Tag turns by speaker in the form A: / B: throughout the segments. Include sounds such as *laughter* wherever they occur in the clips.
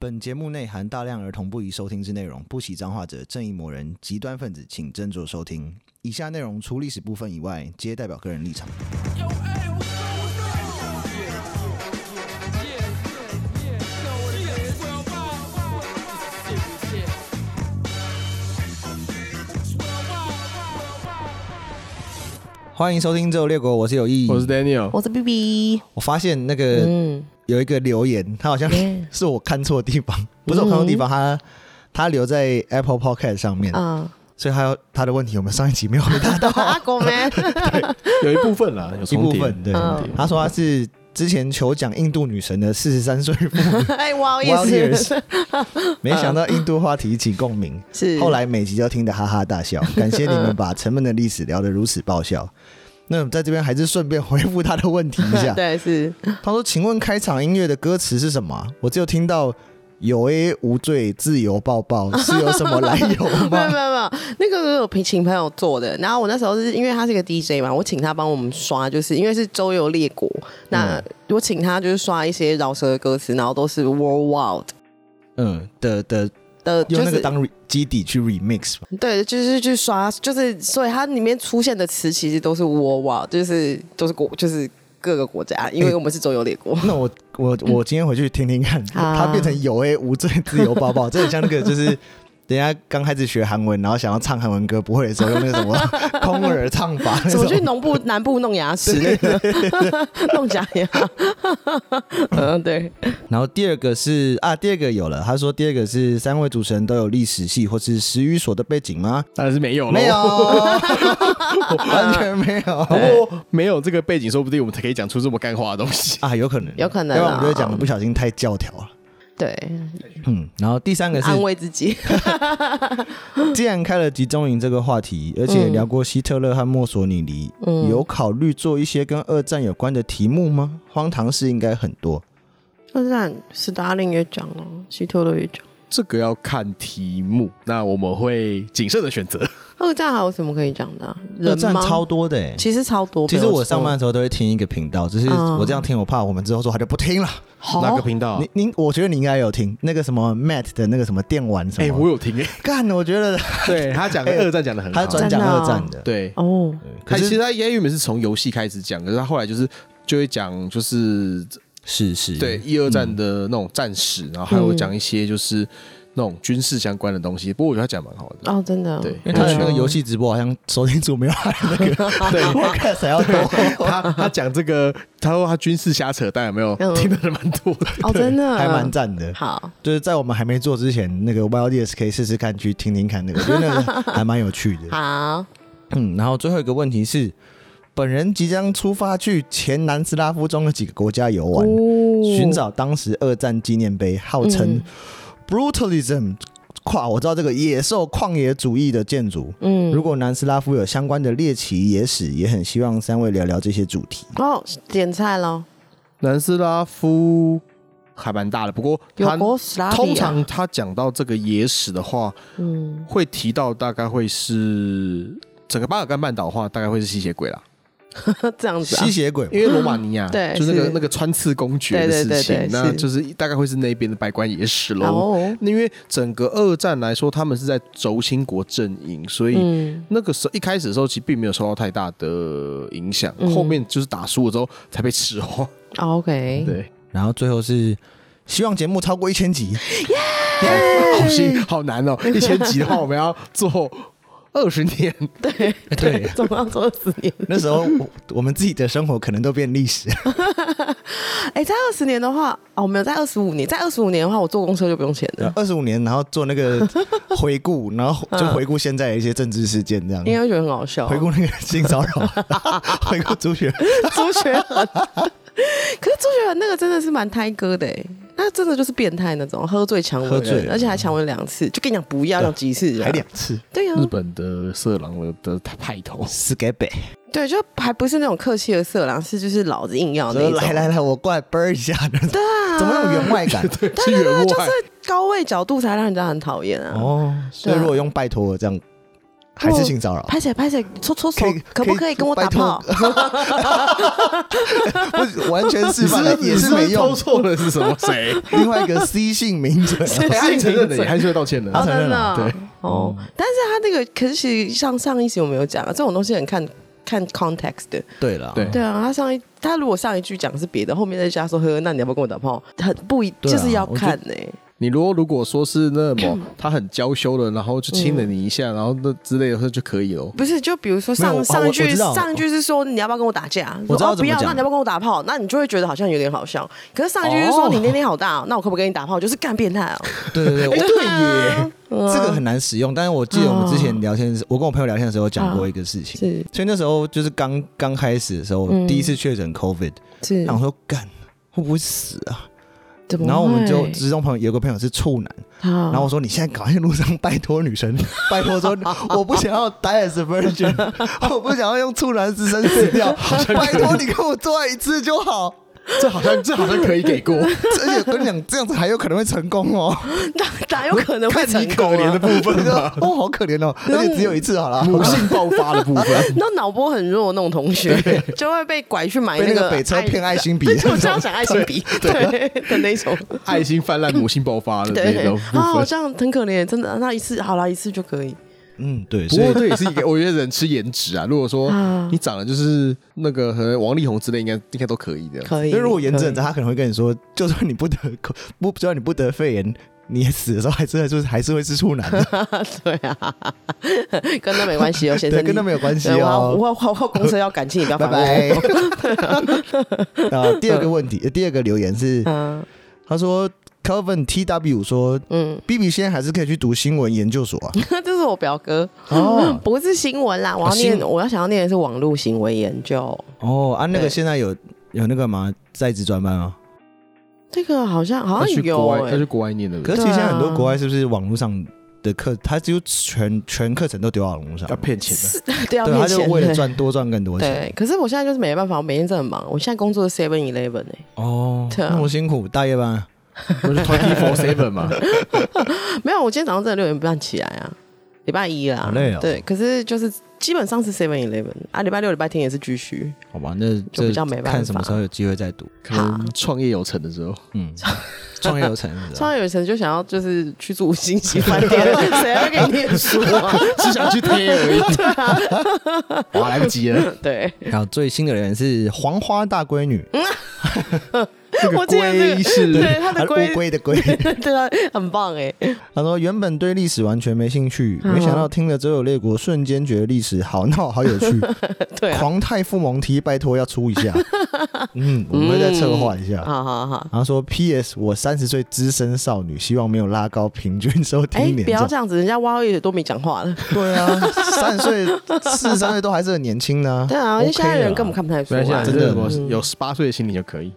A: 本节目内含大量儿童不宜收听之内容，不喜脏话者、正义魔人、极端分子，请斟酌收听。以下内容除历史部分以外，皆代表个人立场。欢迎收听《周列国》，我是有意义。
B: 我是 Daniel， *laughs*
C: 我是 B B，
A: 我发现那个
C: 嗯，
A: 有一个留言，他好像 *laughs* 是我看错地方，不是我看错地
C: 嗯
A: 方，他他留在 Apple Podcast 上面，
C: *laughs* 啊，
A: 所以他他的问题我们上一集没有回
C: *laughs*
A: 答到
C: 阿狗们，
B: 有一部分啦，有
A: 一
B: 重
A: 部
B: 叠
A: 分。对，
C: 嗯
A: 他说他是之前求奖印度女神的四十三岁妇女
C: 哎， *laughs* 我好意
A: Wild
C: 思，
A: Years，没想到印度话题起共鸣，
C: *laughs* 嗯是嗯
A: 后来每集都听得哈哈大笑。感谢你们把沉闷的历史聊得如此爆笑。那在这边还是顺便回复他的问题一下。*laughs*
C: *laughs* 对是
A: 他说：“请问开场音乐的歌词是什么啊、我只有听到‘有 A 无罪，自由抱
C: *laughs*
A: 抱’，是有什么来由
C: 没有
A: 吗
C: 没有没有，那个是我朋请朋友做的。然后我那时候是因为他是一个 DJ 嘛，我请他帮我们刷，就是因为是周游列国，
A: 嗯
C: 那我请他就是刷一些饶舌的歌词，然后都是 World Wild？”
A: 嗯，的的，
C: 的，就
A: 用那个
C: 是
A: 当 re- 基底去 remix 吧。
C: 对，就是去刷，就是所以它里面出现的词其实都是 World Wild，就是都是国，就是各个国家，
A: 哎
C: 因为我们是周游列国。
A: *laughs* 那我我我今天回去听听看，
C: 好啊
A: 它变成有 A 无罪，自由抱
C: *laughs*
A: 抱，这很像那个就是。人家刚开始学韩文，然后想要唱韩文歌不会的时候，用那个什么 *laughs* 空耳唱法那
C: 怎么去
A: 种。
C: 农部
A: *laughs*
C: 南部弄牙齿那个， *laughs* 弄假牙。嗯，对，
A: 然后第二个是啊，第二个有了。他说第二个是三位主持人都有历史系或是史语所的背景吗？
B: 当然是没有啊了，
A: 没有， *laughs* 完全没有。
B: 不过没有这个背景，说不定我们才可以讲出这么干话的东西。
A: 啊，有可能，
C: 有可能啊
A: 要不然我们就会讲不小心太教条了。
C: 对，
A: 嗯，然后第三个是，
C: 安慰自己。
A: 既然开了集中营这个话题，而且聊过希特勒和墨索里尼，
C: 嗯
A: 有考虑做一些跟二战有关的题目吗？荒唐事应该很多。
C: 二战，斯大林也讲了，哦希特勒也讲。
B: *laughs* 这个要看题目，那我们会谨慎的选择。
C: 二战还有什么可以讲的啊、
A: 二
C: 人
A: 战
C: 吗
A: 超，多的、欸，
C: 其实超多。
A: 其实
C: 比如说
A: 我上班的时候都会听一个频道，只是
C: 嗯
A: 我这样听，我怕我们之后说他就不听了。
C: 好
B: 哪个频道啊？
A: 你你，我觉得你应该有听那个什么 Matt 的那个什么电玩什
B: 哎，
A: 么，
B: 我有听哎，
A: 干，我觉得
B: *laughs* 对他讲的
A: 哎
B: 二战讲的很
A: 他
B: 好，
A: 专讲
C: 真的哦
A: 二战的，
B: 对，
C: 哦，
A: 可
B: 他其实
A: 是
B: 他也原本是从游戏开始讲，可是他后来就是。就会讲就是
A: 是是，
B: 对一二战的那种战史，然后还有讲一些就是那种军事相关的东西。不过我觉得他讲得蛮好的，
C: 哦，真的，
B: 对因
A: 因为他的
C: 嗯
A: 那个游戏直播好像收听数没有他的那个
B: 对
A: podcast 还
C: *laughs*
A: 要多，
B: *laughs* 他他讲这个，他说他军事瞎扯淡，有没有
C: 嗯
B: 听的人蛮多的？
C: 哦，真的
A: 还蛮赞的。
C: 好。
A: 就是在我们还没做之前，
C: *laughs*
A: 那个 Wild Yes 可以试试看，去听听看那个，我觉得那个还蛮有趣的。
C: 好，
A: 嗯，然后最后一个问题是，本人即将出发去前南斯拉夫中的几个国家游玩，
C: 哦
A: 寻找当时二战纪念碑，号
C: 嗯
A: 称 Brutalism。跨我知道这个野兽旷野主义的建筑，
C: 嗯，
A: 如果南斯拉夫有相关的猎奇野史，也很希望三位聊聊这些主题。
C: 哦，点菜喽，
B: 南斯拉夫还蛮大的，不过
C: 有
B: 他
C: 国啊斯拉比亚
B: 通常他讲到这个野史的话，
C: 嗯，
B: 会提到大概会是整个巴尔干半岛的话，大概会是吸血鬼啦，
C: *laughs* 这样子啊
A: 吸，血鬼嘛，
B: 因为罗马尼亚
C: 嗯对
B: 就是那个
C: 是
B: 那个穿刺公爵的
C: 对
B: 事
C: 对对
B: 情，
C: 对
B: 那
C: 是
B: 就是大概会是那边的白关野史喽。
C: 哦，
B: 那因为整个二战来说，他们是在轴心国阵营，所以
C: 嗯，
B: 那个时候一开始的时候，其实并没有受到太大的影响，
C: 嗯
B: 后面就是打输了之后才被吃化。
C: 哦 OK，
B: 对，
A: 然后最后是希望节目超过一千集，
B: *laughs* 好辛好难哦，一千集的话，我们要做二十 *laughs* 年。
C: *laughs* 对
A: 对，
C: 总共要做二十年。
A: 那时候我我们自己的生活可能都变历史。
C: 哎、在二十年的话，哦，没有，在二十五年，在二十五年的话，我坐公车就不用钱了，
A: 二十五年，然后做那个回顾，然后就回顾现在的一些政治事件，这样
C: 应该会觉得很好笑。
A: 回顾那个性骚扰，回顾朱学，
C: *laughs* 朱学恒，可是朱学恒那个真的是蛮胎哥的、欸，那真的就是变态那种，喝醉强
A: 喝
C: 吻
A: 醉
C: 人，
A: 了
C: 而且还强吻两次，就跟你讲不要，要几次啊
A: 还两次
C: 对呀、
B: 日本的色狼的派头，
A: 死给北，
C: 对，就还不是那种客气的色狼，是就是老子硬要那
A: 说
C: 种。
A: 来来来，我过来啵儿一下，
C: 对啊，
A: 怎么那么员外感？
B: *laughs* 是员
C: 就
B: 外
C: 是高位角度才让人家很讨厌啊。
A: 哦，所以如果用拜托这样，还是性骚扰？
C: 拍谁拍谁，搓搓手
A: 可以，
C: 可不可以跟我打
A: 拜托 *laughs*
C: 炮？
A: 不是完全示范了
B: 你
A: 也
B: 是
A: 是
B: 不是
A: 没用
B: 偷。错了是什么？ *laughs* 谁？
A: 另外一个 C 姓名者，
B: 他已经承认了，你还是会道歉的。
C: 哦，
A: 承认
C: 真
A: 了
C: 的
B: 对
C: 哦，
A: 嗯
C: 但是他这个，可是其实像上一集我们有讲啊，这种东西很看看 context 的。
A: 对了，
B: 对
C: 对啊，他上一他如果上一句讲是别的，后面再加说呵，那你要不要跟我打炮？很不一，
A: 对啊
C: 就是要
A: 我觉
C: 看欸呢、
B: 你如果如果说是那么他很娇羞的，然后就亲了你一下，然后那之类的，那就可以了。
C: 不是，就比如说
A: 没有
C: 上
A: 我
C: 上一句
A: 我知道
C: 上一句是说你要不要跟我打架？
A: 我知
C: 说
A: 道
C: 哦
A: 怎么
C: 不要，
A: 讲
C: 那你要不要跟我打炮？那你就会觉得好像有点好笑。可是上一句就是说
B: 哦
C: 你那天好大哦、那我可不可以跟你打炮？就是干变态哦。
A: 对对对，我
B: 对耶，
C: 啊
A: 这个很难使用。但是我记得我们之前聊天的时候，我跟我朋友聊天的时候讲过一个事情，
C: 嗯是嗯
A: 所以那时候就是刚刚开始的时候，我第一次确诊 COVID，
C: 是
A: 然后说干会不会死啊？
C: 怎么会？嗯
A: 然后我们就之中朋友有个朋友是处男，
C: 好，
A: 然
C: *laughs*
A: 后我说你现在赶快去路上拜托女生，拜托说我不想要 die as a virgin，我
C: *laughs*
A: 不想要用处男之身死掉，拜托你跟我做爱一次就好。
B: 嗯这好像这好像可以给过，
A: 而且我跟你讲，这样子还有可能会成功哦。
C: 哪哪有可能会
B: 看
C: 成
B: 你可
C: 功
B: 怜的
C: 啊？
B: 部分吧，
A: *laughs* 哦，好可怜哦，而且只有一次好了，
B: *laughs* 母性爆发的
A: *laughs*
B: 部分。
C: 那脑波很弱那种同学，就会被拐去买
A: 被那
C: 个
A: 个北车骗爱心笔
C: 对，就这样讲爱心
A: *laughs*
C: 笔，对的那种。
B: *laughs* 爱心泛滥、母性爆发的那
C: 对
B: 种
C: 啊，
B: 部
C: 好
B: 分。
C: 像很可怜，真的。那一次好啦，一次就可以。
A: 嗯，对，
B: 不
A: 所以
B: 过这也是一个，我觉得人吃颜值啊。如果
A: 哦
B: 说
C: 啊
B: 你长得就是那个和王力宏之类，应该应该都可以的。
C: 可以。
A: 因为如果颜值很
C: 可以 *laughs*
A: 差，他可能会跟你说，就算你不得 *laughs* 不，就算你不得肺炎，你死的时候还是就是还是会是处男的，
C: 对啊， *laughs* 跟那没关系哦，先
A: *laughs* 对，
C: 生，
A: 跟他没有关系
C: 对我要
A: 哦。
C: 我要我要公车要感情，你不
A: *laughs*
C: 要
A: 拜
C: 烦我。
A: 拜。 *laughs* 啊，第二个问题，呃第二个留言是，
C: 嗯
A: 他说 Kelvin T W 说
C: 嗯， *laughs*
A: ，B B 现在还是可以去读新闻研究所 *laughs* 啊。
C: 这是我表哥，
A: 哦
C: *laughs* 不是新闻啦，我要念，
A: 新
C: 我要想要念的是网络行为研究。
A: 哦，啊，那个
C: 对
A: 现在有有那个嘛在职专班啊，
C: 这个好像好
B: 他去
C: 像有
B: 国外，
C: 哎、
B: 他去国外念的，
A: 可是其实现在很多国外是不是网络上的课，他几乎全全课程都丢到网络上
B: 要，骗钱的。
C: *laughs* 对啊，
A: 对，他
C: 面
A: 就
C: 前
A: 为了
C: 对
A: 赚多赚更多钱。
C: 对，可是我现在就是没办法，我每天真的很忙，我现在工作 Seven Eleven 哎，
A: 哦，
C: 对啊
A: 那么辛苦，大夜班啊。
B: 我是 twenty four seven 嘛，
C: 没有，我今天早上真的六点半起来啊，礼拜一啦，
A: 好累哦
C: 对，可是就是基本上是 Seven Eleven 啊，礼拜六、礼拜天也是继续，
A: 好吧，那
C: 就
A: 这
C: 比较没办法
A: 看什么时候有机会再读。
B: 可能创业有成的时候， *laughs*
C: *laughs*
A: 嗯，创业有成是吧
C: 创业有成就想要就是去住五星级饭
A: *laughs*
C: 店，谁会给你念书啊？ *laughs*
B: 只想去贴而已。哇，来不及了，
C: 对，
A: 然后最新的人是黄花大闺女，
B: 这个
C: 我记得这个
B: 龟是
C: 嗯对他
A: 还
C: 的
A: 是乌
C: 龟，
A: 龟的龟。
C: *laughs* 对啊，很棒哎，
A: 他说原本对历史完全没兴趣，
C: 嗯
A: 没想到听了《周游列国》，瞬间觉得历史好闹好有趣。
C: *laughs* 对啊，
A: 狂太傅蒙提，拜托要出一
C: *laughs*
A: 下。嗯，我们会再策划一下。
C: 好好好，
A: 然后说：“P.S. 我三十岁资深少女，希望没有拉高平均收
C: 哎
A: 听，年
C: 不要
A: 长。
C: 这样子，人家挖耳朵没讲话了，
A: 对啊， *laughs* 三十岁、四十三岁都还是很年轻呢、
C: 对啊，因为现在
A: OK 啦
C: 人根本看不太出
B: 没关系啊，
C: 来，
B: 真
A: 真
B: 的
A: 的
B: 有
C: 嗯
B: 有十八岁的心理就可以。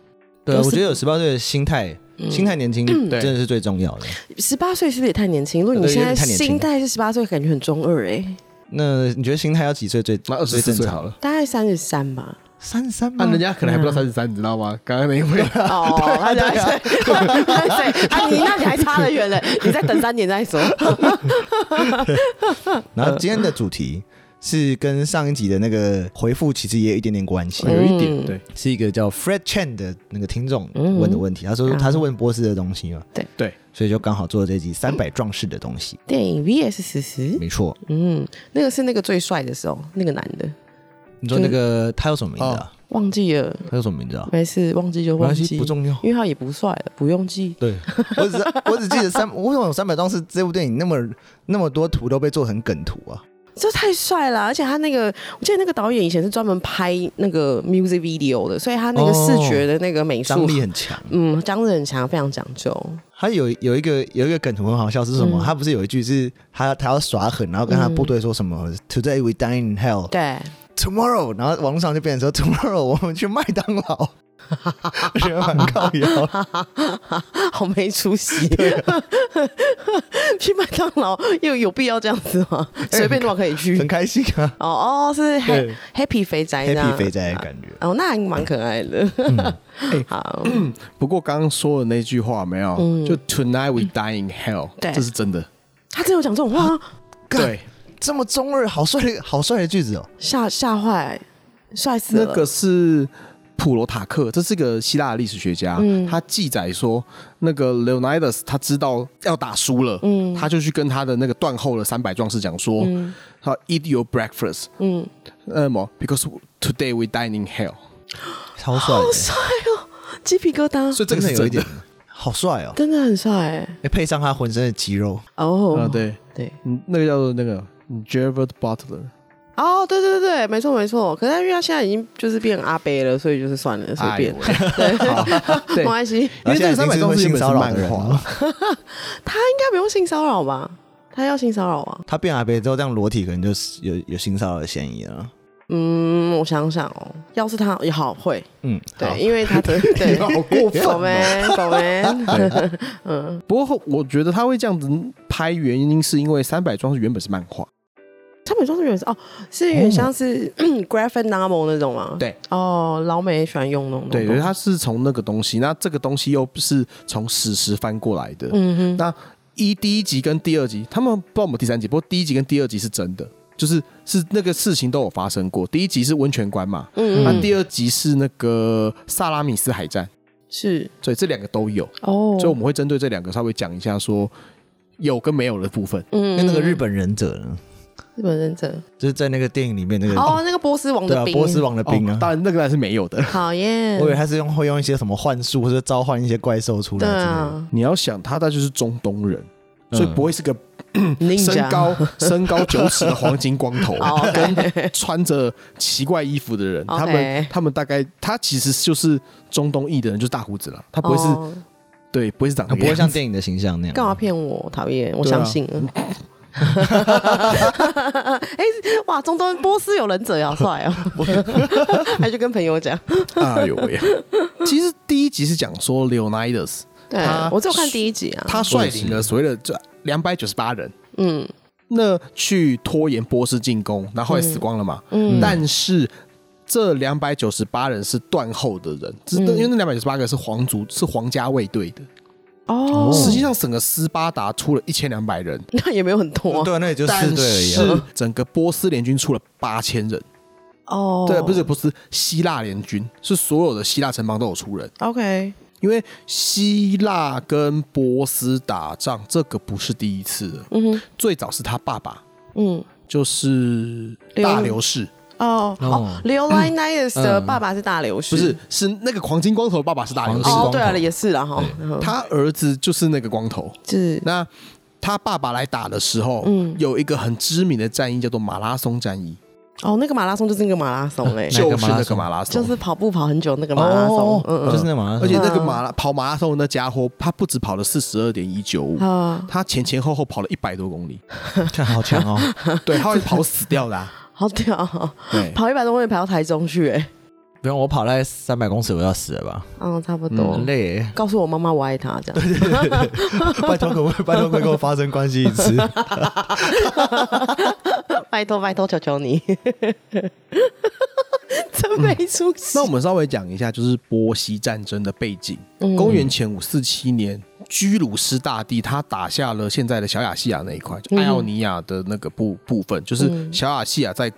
A: 对啊，
C: 都是嗯
A: 我觉得有十八岁的心态，心态年轻
B: 对
A: 真的是最重要的。
C: 十八岁是不是也太年轻？如果你
A: 对
C: 现在
A: 有点太年轻
C: 心态是十八岁，感觉很中二哎、
A: 那你觉得心态要几岁最
B: 那二十
A: 最
B: 四
A: 正
B: 岁
A: 常？
B: 好了，
C: 大概三十三
A: *laughs*
C: 吧。
A: 三十三
B: 那
A: 吗？
B: 人家可能还不
C: 嗯
B: 到三十三，你知道吗？刚刚那一位，
C: 哦，他才对， *laughs* 啊，你那你还差得远
A: *laughs*
C: 嘞，你再等三年再说。
A: 然
B: 呃
A: 后今天的主题是跟上一集的那个回复其实也有一点点关
C: 嗯
A: 系，
B: 有一点对
A: 是一个叫 Fred Chen 的那个听众问的
C: 嗯
A: 问题，他说他是问波斯的东西嘛，
B: 对，
A: 所以就刚好做这集三百壮士的东西，
C: 电影 VS 史实，
A: 没错。
C: 嗯，那个是那个最帅的时候，那个男的
A: 你说那个他有什么名字啊？
C: 忘记了，
A: 他有什么名字啊？
C: 没事，忘记就
A: 没
C: 忘
A: 关
C: 记
A: 系，，不重要。
C: 因为他也不帅了，不用记。
A: 对，我只我只记得三， *laughs* 为什么有三百壮士这部电影那么那么多图都被做成梗图啊？
C: 这太帅了，而且他那个，我记得那个导演以前是专门拍那个 music video 的，所以他那个
A: 哦
C: 视觉的那个美术，
A: 张力很强。
C: 嗯，张力很强，非常讲究。
A: 他有有一个有一个梗图很好笑是什么？他不是有一句是他他要耍狠，然后跟他部队说什么、Today we dine in hell,
C: 对，
A: tomorrow，然后网络上就变成说 Tomorrow 我们去麦当劳，我觉得蛮靠摇。
C: 好没出息。 *laughs* 去麦当劳又有必要这样子吗？随便的话可以去
A: 很。开心啊
C: 哦哦，是 happy
A: 对
C: happy 肥宅这样
A: ，Happy 肥宅的感觉。
C: 哦，那还蛮可爱的。好，
B: 不过刚刚说的那句话没有，就 Tonight we die in hell，
C: 嗯对
B: 这是真的。
C: 他真的有讲这种话啊？
A: 干
B: 对，
A: 这么中二，好帅的好帅的句子哦。
C: 吓吓坏，帅死
B: 那
C: 了。
B: 个是普罗塔克，这是个希腊的历史学家，
C: 嗯
B: 他记载说，那个 Leonidas 他知道要打输了，
C: 嗯
B: 他就去跟他的那个断后的三百壮士讲说，
C: 嗯
B: 他、eat your breakfast，
C: 嗯，
B: 那么 because today we dine in hell，
A: 超帅的，
C: 鸡皮疙瘩，
B: *laughs* 所以这
A: 真
B: 个是
A: 的有一
B: 真
A: 点
B: 的，
A: 好帅哦！
C: 真的很帅欸
A: 哎配上他浑身的肌肉，
B: 啊、
C: 哦。
B: 对，
C: 对，
B: 嗯，那个叫做那个 Gerard Butler，
C: 哦，对对对对，没错没错。可是因为他现在已经就是变阿伯了，所以就是算了，随便，
B: 哎
C: *laughs* 对，没
B: 对，
C: 关系。
B: 因为这
A: 现
B: 个三
A: 在
B: 百
A: 已经
B: 壮
A: 会
B: 士
A: 性
B: 原本
A: 骚
B: 是
A: 扰
B: 漫
A: 的人
B: 画
A: 了，
B: 了，
C: 他应该不用性骚扰吧？他要性骚扰啊？
A: 他变阿北之后这样裸体，可能就是有有性骚扰的嫌疑了。
C: 嗯，我想想哦，要是他也好会，
A: 嗯，好
C: 对，因为
A: *laughs*
C: 他真
B: *laughs*
C: 的对，
B: 好过分哦
C: 懂没？懂没？ *laughs* 嗯
B: 不过我觉得他会这样子拍，原因是因为三百壮士原本是漫画，
C: 他们装是原是哦，是有点像是、graphic *clears throat* novel 那种吗？
B: 对，
C: 哦，老美也喜欢用那种东
B: 对，
C: 西。
B: 所以它是从那个东西，那这个东西又不是从史实翻过来的。
C: 嗯哼，
B: 那一第一集跟第二集，他们不知道我们第三集，不过第一集跟第二集是真的，就是是那个事情都有发生过。第一集是温泉关嘛，
C: 嗯
B: 那、
C: 嗯，
B: 第二集是那个萨拉米斯海战，
C: 是
B: 所以这两个都有，
C: 哦，
B: 所以我们会针对这两个稍微讲一下说有跟没有的部分。
C: 嗯
A: 那那个日本忍者呢，
C: 日本忍者
A: 就是在那个电影里面那个
C: 哦，那个波斯王
A: 对
C: 的
A: 啊，
C: 兵，
A: 波斯王的兵
B: 哦
A: 啊。
B: 当然那个当然是没有的。
C: 讨厌
A: 我以，为他是用会用一些什么幻术，或者召唤一些怪兽出来
C: 对
A: 之类的。
C: 啊，
B: 你要想，他他就是中东人，
A: 嗯
B: 所以不会是个
C: 宁
B: 身
C: 家 *laughs*
B: 高身高九尺的黄金光头，
C: 哦
A: *laughs*
B: 跟穿着奇怪衣服的人，
C: OK
B: 他们他们大概他其实就是中东裔的人，就是大胡子了，他不会是、
C: 哦
B: 对不会是长
A: 他哦
B: 得
A: 不会像电影的形象那样。
C: 干嘛骗我？讨厌，我
B: 对啊
C: 相信了。 *laughs* 哎、哇，中东波斯有忍者也好帅 *laughs* 哦，还去跟朋友讲。
A: 哎
B: 啊有喂！ *laughs* 其实第一集是讲说
A: 嗯
B: Leonidas
C: 对
B: 他，
C: 我只有看第一集啊。
B: 他率领了所谓的这两百九十八人。
C: 嗯
B: 那去拖延波斯进攻，然后后来死光了嘛？
C: 嗯
B: 但是这两百九十八人是断后的人，只因为那两百九十八个是皇族，是皇家卫队的。
C: 哦，
B: 实际上，整个斯巴达出了一千两百人，
C: *laughs* 那也没有很
B: 哦
C: 多、啊、
A: 对啊，那也就四
B: 但
A: 队而已啊。
B: 是整个波斯联军出了八千人。
C: 哦。
B: 对，不是不是希腊联军，是所有的希腊城邦都有出人，
C: OK，
B: 因为希腊跟波斯打仗，这个不是第一次了
C: 嗯哼，
B: 最早是他爸爸，
C: 嗯，
B: 就是大流士，
C: 哦哦
A: 哦，
C: 刘莱奈斯的
B: 嗯
C: 爸爸是大流士，
B: 不是是那个黄金光头的爸爸是大流士，
C: 哦
A: 黄，
C: 对啊，
A: 头
C: 也是啦哈，嗯
B: 他儿子就是那个光头。
C: 是
B: 那他爸爸来打的时候，
C: 嗯
B: 有一个很知名的战役叫做马拉松战役，
C: 哦，那个马拉松就是那个马拉松嘞，
A: 哪
B: 就
A: 个
B: 是
A: 马拉松
B: 那个马拉松，
C: 就是跑步跑很久那个马拉
B: 哦
C: 松，嗯
A: 哦就是那马拉
B: 而
A: 松
B: 且。那个马拉跑马拉松的那家伙，他不止跑了四十二点一九五
C: 嗯，，啊，
B: 他前前后后跑了一百多公
C: *laughs*
B: 里，
A: 看好强哦！
B: 对，他会跑死掉的、啊。
C: *laughs* 好屌哦，
B: 对，
C: 跑一百多公里跑到台中去，
B: 欸
C: 哎，
A: 不用我跑在三百公尺，我要死了吧？
C: 嗯，差不多
A: 很。累
C: *laughs*
A: 耶，
C: 告诉我妈妈我爱她，这样
A: 拜托可不可以拜托可以跟我发生关系一次？
C: *laughs* 拜托拜托，求求你， *laughs* 真没出
B: 嗯
C: 息
B: 那。我们稍微讲一下，就是波西战争的背景。
C: 嗯
B: 公元前五四七年，居鲁士大帝他打下了现在的小亚细亚那一块，就
C: 嗯
B: 爱奥尼亚的那个部部分，就是小亚细亚在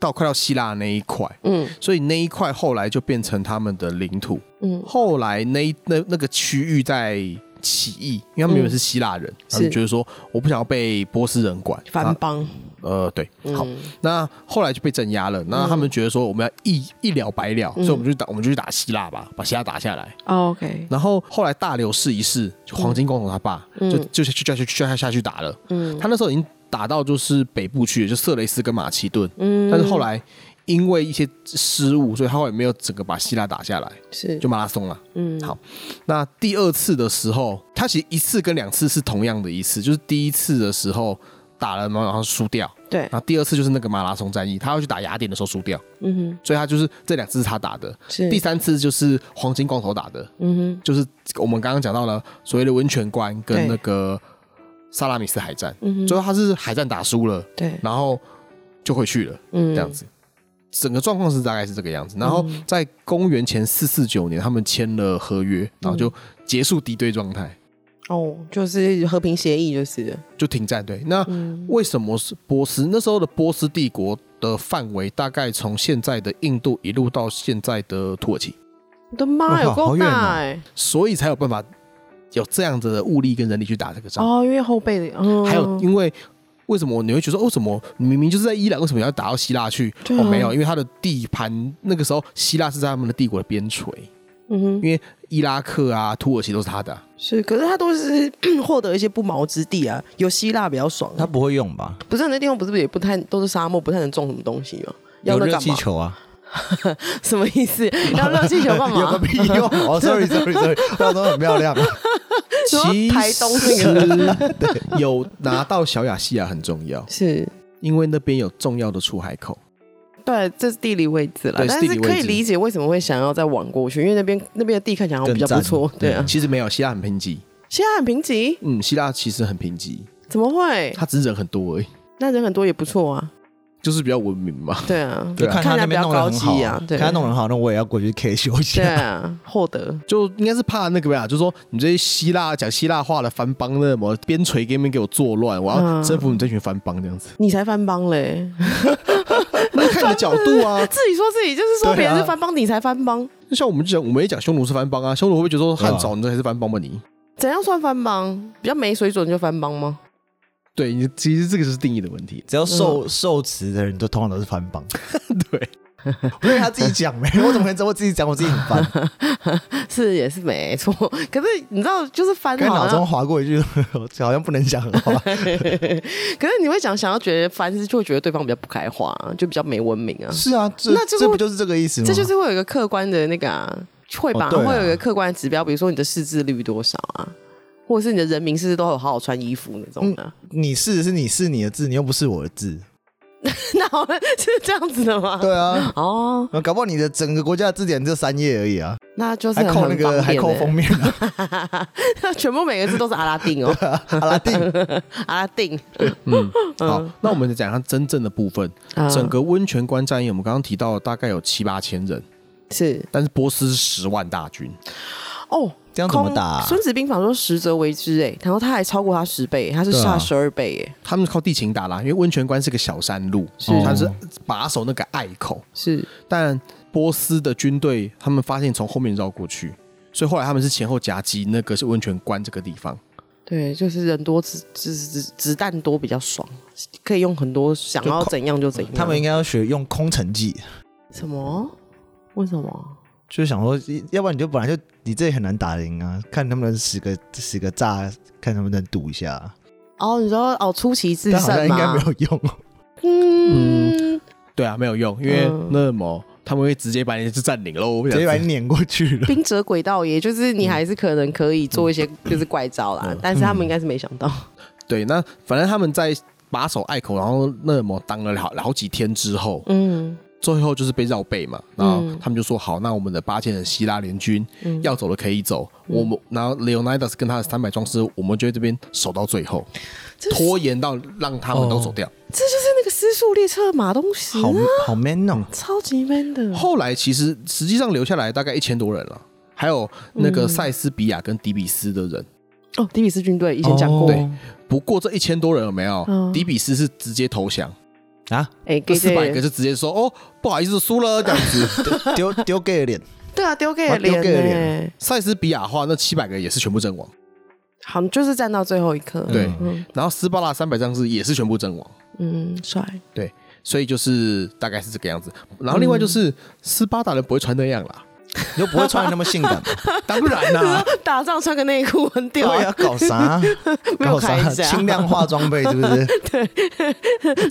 B: 到快到希腊那一块，
C: 嗯
B: 所以那一块后来就变成他们的领土。
C: 嗯
B: 后来那一那那个区域在起义，因为他们原本是希腊人，他们觉得说我不想要被波斯人管，
C: 嗯反
B: 啊
C: 帮，
B: 呃，对，好，
C: 嗯
B: 那后来就被镇压了。那他们觉得说我们要一一了百了，
C: 嗯
B: 所以我们就打我们就去打希腊吧，把希腊打下来。
C: 哦，OK，
B: 然后后来大流士一世，就黄金光头他爸、
C: 嗯
B: 就就去叫去叫他下去打了。
C: 嗯
B: 他那时候已经打到就是北部去了，就色雷斯跟马其顿，
C: 嗯
B: 但是后来。因为一些失误，所以他后来没有整个把希腊打下来，
C: 是
B: 就马拉松了。
C: 嗯
B: 好那第二次的时候，他其实一次跟两次是同样的一次，就是第一次的时候打了，然后输掉，
C: 对，
B: 然后第二次就是那个马拉松战役，他要去打雅典的时候输掉，
C: 嗯
B: 所以他就是这两次是他打的，
C: 哼，是
B: 第三次就是黄金光头打的，
C: 嗯
B: 就是我们刚刚讲到了所谓的温泉关
C: 对
B: 跟那个萨拉米斯海战，
C: 哼，嗯哼，
B: 最后他是海战打输了，
C: 对，
B: 然后就回去了。
C: 嗯
B: 这样子。整个状况是大概是这个样子，然后在
C: 嗯
B: 公元前四四九年，他们签了合约，然后就结束敌对状态。
C: 哦，就是和平协议，就是了
B: 就停战。对，
C: 嗯
B: 那为什么是波斯？那时候的波斯帝国的范围大概从现在的印度一路到现在的土耳其，
C: 我的妈，有
A: 哇好
C: 够
A: 远哦
C: 大哎、
B: 所以才有办法有这样子的物力跟人力去打这个仗。
C: 哦，因为后背的，嗯，
B: 还有，因为为什么你会觉得说，哦，怎么明明就是在伊朗，为什么要打到希腊去？
C: 对啊
B: 哦，没有，因为它的地盘那个时候希腊是在他们的帝国的边陲，
C: 嗯哼，
B: 因为伊拉克啊、土耳其都是他的啊、
C: *laughs* 是，可是他都是 *clears throat* 获得一些不毛之地啊，有希腊比较爽、
A: *laughs* 他
C: 啊。
A: 不会用吧？
C: 不是那地方不是也不太都是沙漠，不太能种什么东西吗？要
A: 有
C: 那
A: 热
C: 干
A: 气
C: 嘛？
A: 球啊，
C: 什么意思？要热气球
A: *laughs*
C: 干
A: 有个
C: 嘛？
A: 屁
C: *laughs*
A: 用！哦，sorry sorry sorry，我都很漂亮。啊 *laughs*
C: 什么
B: 其
C: 台东啊那
B: *laughs* 实有拿到小亚细亚很重要，
C: 是
B: 因为那边有重要的出海口。
C: 对，这是地理位置啦，
B: 对
C: 但
B: 是
C: 是
B: 地理位
C: 可以
B: 置
C: 理解为什么会想要再往过去，因为那边那边的地看起来好哦像比较不错。
A: 更赞
C: *laughs* 对啊，
B: 嗯其实没有，希腊很贫瘠。
C: 现在很贫瘠，
B: 嗯，希腊其实很贫瘠，
C: 怎么会？
B: 它只是人很多而已，
C: 那人很多也不错啊。
B: 就是比较文明嘛。
C: 对啊，
A: 就
B: 对啊
A: 看他那边弄得很
C: 看起来比较高
A: 好
C: 级啊对
A: 看他弄得很好，那我也要过去 K 修一
C: 对
A: 下。
C: 啊，获得
B: 就应该是怕那个吧，就是说你这些希腊讲希腊话的番邦那什么边陲给你们给我作乱，我要
C: 嗯
B: 征服你这群番邦这样子。 *laughs*
C: 你才翻帮嘞，
B: 那看你的角度啊，
C: 自己说自己就是说
B: 对
C: 别
B: 啊
C: 人是翻帮，你才翻帮，
B: 就像我们就讲，我们也讲匈奴是番邦啊，匈奴会不会觉得说汉朝你这才是番邦吧你？
C: 怎样算翻帮？比较没水准就翻帮吗？
B: 对，你其实这个就是定义的问题。
A: 只要受受词的人都通常都是翻帮，
B: *laughs* 对，
A: 因为他自己讲没，我怎么会知道我自己讲我自己 *laughs* 很啊烦？
C: 是也是没错， *laughs* 可是你知道，就是翻
A: 刚才
C: 好啊
A: 脑
C: 像
A: 中划过一句，好啊像不能讲的话。
C: 可是你会想想要觉得凡事就会觉得对方比较不开化、就比较没文明
A: *laughs*
C: 啊，
A: 是啊，这
C: 那就是
A: 这不就是这个意思吗？
C: 这就是会有一个客观的那个、啊、会吧，
A: 哦对啊
C: 会有一个客观的指标，比如说你的识字率多少啊，或者是你的人民是不是都有好好穿衣服那种啊。
A: 你是是你是你的字，你又不是我的字。
C: *laughs* 那好了，是这样子的吗？
A: 对啊，
C: 哦，
A: *laughs* 搞不好你的整个国家的字典就三页而已啊，
C: 那就是
A: 还
C: 很
A: 扣那个还扣封，面 *laughs* 啊，
C: 很方便欸 *laughs* 全部每个字都是阿拉丁哦，
A: 阿拉 *laughs* 丁。
C: 阿拉丁。
B: 嗯，好，那我们再讲一下真正的部分。
A: 嗯
C: 啊
B: 整个温泉关战役，我们刚刚提到大概有七八千人，
C: 是
B: 但是波斯是十万大军，
C: 哦，
A: 这样怎么
C: 空
A: 打啊
C: 孙子兵法说十则为之，哎，然后他还超过他十倍，他是下
A: 对啊
C: 十二倍，哎，
B: 他们靠地形打啦，因为温泉关是个小山路，
C: 是
B: 它是把守那个隘口，
C: 是
B: 但波斯的军队他们发现从后面绕过去，所以后来他们是前后夹击那个是温泉关这个地方。
C: 对，就是人多子子子子弹多比较爽，可以用很多想要
A: 就靠
C: 怎样就怎样。
A: 他们应该要学用空城计，
C: 什么？为什么？
A: 就是想说，要不然你就本来就你这里很难打赢啊，看能不能使个使个诈，看能不能赌一下啊。
C: 哦，你说哦，出奇制
A: 但好像
C: 胜
A: 应该
C: 吗
A: 没？有用，
C: *laughs* 嗯，
B: 对啊，没有用，因为
C: 嗯
B: 那么他们会直接把你就占领喽，
A: 直
B: 这
A: 接把
B: 样子
A: 你碾过去
C: *laughs*
A: 了。
C: 兵者诡道也，就是你还是可能可以做一些
A: 嗯
C: 就是怪招啦， *laughs* 但是他们应该是没想到。
B: 对，那反正他们在把守隘口，然后那么当了好好几天之后，
C: *laughs* 嗯，
B: 最后就是被绕背嘛，然后
C: 嗯
B: 他们就说好，那我们的八千人希腊联军、要走的可以走，
C: 嗯
B: 我们然后 Leonidas 跟他的三百壮士，我们就在这边守到最后，
C: 这是
B: 拖延到让他
C: 哦
B: 们都走掉。
C: 这就是那个失速列车的马东石啊
A: 好，好 man 哦，
C: 超级 man 的。
B: 后来其实实际上留下来大概一千多人了，还有那个塞斯比亚跟底比斯的人。
C: 哦，迪比斯军队以前讲过，
A: 哦
B: 不过这一千多人有没有？
C: 嗯
B: 底比斯是直接投降，
A: 啊，
C: 哎，给
B: 四百
C: 给
B: 个就直接说哦，不好意思输了这样子。 *laughs*
A: 丢丢 gay 的脸，
C: 对啊，丢给了
A: 啊丢
C: 脸
A: 给了
C: 呢
A: 脸，
B: 塞斯比亚的话，那七百个也是全部阵亡。
C: 好，就是站到最后一刻。
B: 对
C: 嗯
B: 然后斯巴达三百将士也是全部阵亡。
C: 嗯，帅。
B: 所以就是大概是这个样子。然后另外就是、
C: 嗯
B: 斯巴达人不会穿那样啦， *laughs*
A: 你就不会穿的那么性感。
B: 当然
C: *laughs*
B: 啦、
C: 打仗穿个内裤很
A: *laughs* 对
C: 屌啊，
A: 啊，搞啥？
C: *laughs* 没有
A: 搞
C: 开
A: 啥？
C: 一下
A: 轻量
C: *laughs*
A: 化装备是不是？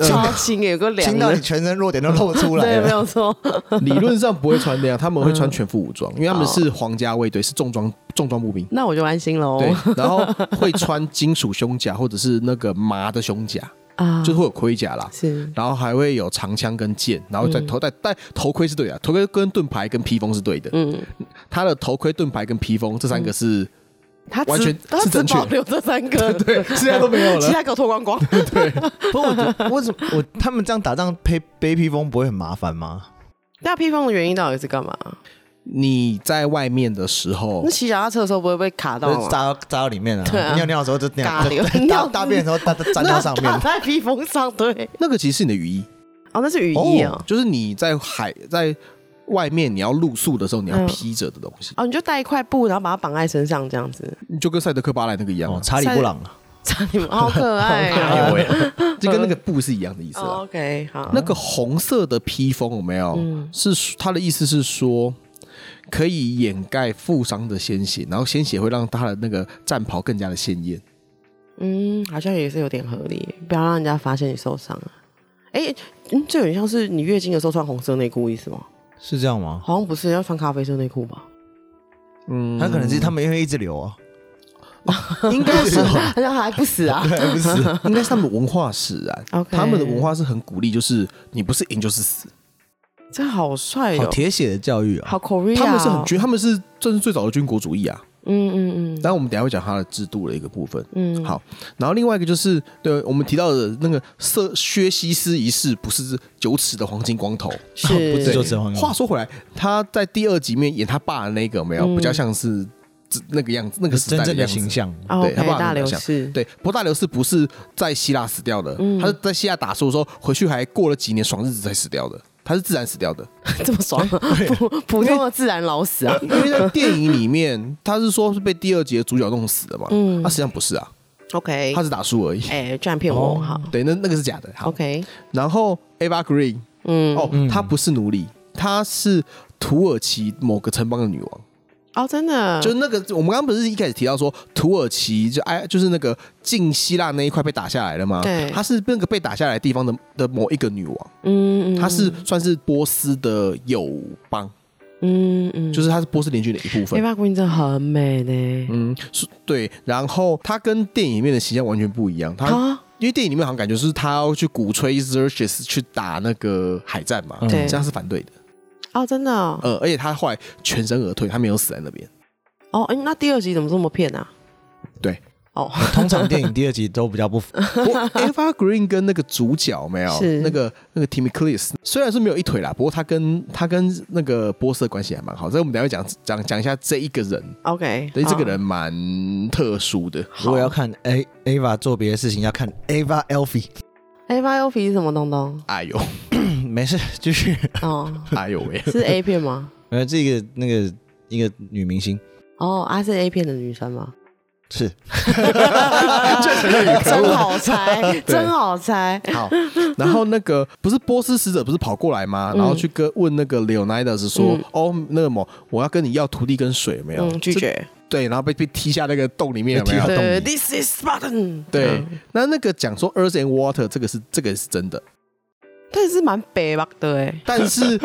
C: 超轻耶，有个凉
A: 轻到
C: 的
A: 你，全身弱点都露出来
C: *laughs* 对，
A: 了。
C: 没有错。
B: 理论上不会穿那样，他们会
C: 嗯
B: 穿全副武装，因为他们是皇家卫队，是重装重装步兵。
C: 那我就安心哦喽。
B: 对，然后会穿金属胸甲或者是那个麻的胸甲，
C: 啊，
B: 就是会有盔甲啦，
C: 是嗯
B: 然后还会有长枪跟剑，然后再头戴戴头盔是对啊的，头盔跟盾牌跟披风是对的。
C: 嗯，
B: 他的头盔、盾牌跟披风这三个是
C: 他只
B: 完全
C: 他
B: 是
C: 只
B: 正确
C: 保留这三
B: *laughs*
C: 个，对， *laughs*
B: 现在都没有
C: 嗯其他给我脱光光。
A: 不过我觉得为什么我他们这样打仗背背披风不会很麻烦吗？
C: 那披风的原因到底是干嘛？
B: 你在外面的时候
C: 那，骑脚踏车的时候不会被卡到
A: 就是
C: 吗？
A: 扎到扎到里面了、
C: 对啊
A: 尿尿的时候就尿
C: 尬，流
A: 就
C: 尿
A: 大大便的时候大
C: *laughs*
A: 粘到上面啊
C: 那打。在披风上，对。
B: 那个其实是你的雨衣，
C: 哦，那是雨衣哦。
B: 就是你在海在外面你要露宿的时候，你要
C: 嗯
B: 披着的东西，
C: 哦，你就带一块布，然后把它绑在身上，这样子， *laughs*
B: 你就跟赛德克巴莱那个一样啊
A: 哦，，查理布朗啊
C: 差点好可爱哦、
B: 哎呦喂， *laughs* 就跟那个布是一样的意思
C: 哦
B: 啊。
C: OK，好，
B: 那个红色的披风有没有？是他的意思是说，可以掩盖负伤的鲜血，然后鲜血会让他的那个战袍更加的鲜艳。
C: 嗯，好像也是有点合理，不要让人家发现你受伤啊。哎、嗯，这有点像是你月经的时候穿红色内裤意思吗？
A: 是这样吗？
C: 好像不是，要穿咖啡色内裤 *laughs* 吧？
B: 嗯
A: 他可能是他们因为一直流啊，
B: 应该是
C: *laughs* 好像还不死 *laughs* 啊？
A: 不 *laughs* 是？
B: 应该是他们文化使然
C: OK
B: 他们的文化是很鼓励，就是你不是赢就是死，
C: 这好帅
A: 好
C: 哦，
A: 铁血的教育啊
C: 好！Korea，、哦、
B: 他们是很军，他们是这是最早的军国主义啊。
C: 嗯嗯嗯
B: 但我们等一下会讲它的制度的一个部分。
C: 嗯，
B: 好，然后另外一个就是，对我们提到的那个瑟薛西斯一世，不是九尺的黄金光头。
C: 是，
A: 不是就只有
B: 话说回来，他在第二集里面演他爸的那个有没有，
C: 嗯
B: 比较像是这那个样子，那个时代
A: 真正的
B: 样子
A: 形。象，
C: 哦
B: 对
C: OK，
B: 他爸爸
C: 大
B: 很
C: 流
B: 像
C: 士，嗯
B: 对，不过大流士不是在希腊死掉的，他是在希腊打输的时候回去还过了几年爽日子才死掉的，他是自然死掉的。
C: *laughs* 这么爽、啊， *laughs* 普普通的自然老死啊？
B: 因为在电影里面，他是说是被第二集的主角弄死的嘛，
C: 嗯
B: 他实际上不是啊，
C: OK，
B: 他是打输而已。
C: 哎、居然骗我，
A: 哦
C: 好
B: 对，那那个是假的。好
C: OK，
B: 然后 Ava Green，
C: 嗯，
B: 哦，
A: 嗯
B: 她不是奴隶，她是土耳其某个城邦的女王。
C: 哦，真的，
B: 就是那个，我们刚刚不是一开始提到说土耳其就哎，就是那个近希腊那一块被打下来了吗？
C: 对
B: 她是那个被打下来的地方的的某一个女王，
C: 嗯嗯，
B: 她是算是波斯的友邦，
C: 嗯嗯，
B: 就是她是波斯联军的一部
C: 黑
B: 分。
C: 发姑娘真的很美呢，
B: 嗯，是对。然后她跟电影里面的形象完全不一样，她
C: 啊，
B: 因为电影里面好像感觉是她要去鼓吹 Xerxes 去打那个海战嘛，
A: 嗯
C: 对
B: 这样是反对的。
C: 哦，真的哦，
B: 呃，而且她后来全身而退，她没有死在那边。
C: 哦，哎，那第二集怎么这么骗啊？
B: 对，
C: 哦，
A: 通常电影第二集都比较不符
C: *laughs*
B: 我 Eva Green 跟那个主角没有，
C: 是
B: 那个那个 Timmy Clis，虽然是没有一腿啦，不过他跟他跟那个波斯的关系还蛮好。这我们等一下会讲讲讲一下这一个人，
C: OK，哦
B: 对，这个
C: 好
B: 人蛮特殊的。
A: 如果要看 A Ava 做别的事情，要看 Ava Elfie。
C: A 八 U P 是什么东东？
B: 哎呦，
A: *laughs* 没事，继续。 *laughs*
B: *laughs*
C: 哦，
B: 哎呦喂，
C: 是 A 片吗？
A: 呃，这个那个一个女明星
C: 哦，啊，是 A 片的女
B: *laughs*
C: 生吗？
A: 是
C: 真好猜，真好猜。
B: 好，然后那个不是波斯使者不是跑过来吗？
C: 嗯
B: 然后去跟问那个 Leonidas 说，哦，那个某我要跟你要土地跟水有没有？
C: 嗯，拒
B: 这。
C: 绝。
B: 对，然后被被踢下那个洞里面有没
A: 被
B: 有
A: 踢？到
C: 对
A: 动
C: ，This is Spartan。
B: 啊对
C: 嗯，，
B: 那那个讲说 Earth and Water 这个是这个是真的。
C: 但是蛮北吧的哎。
A: *laughs*
B: 但是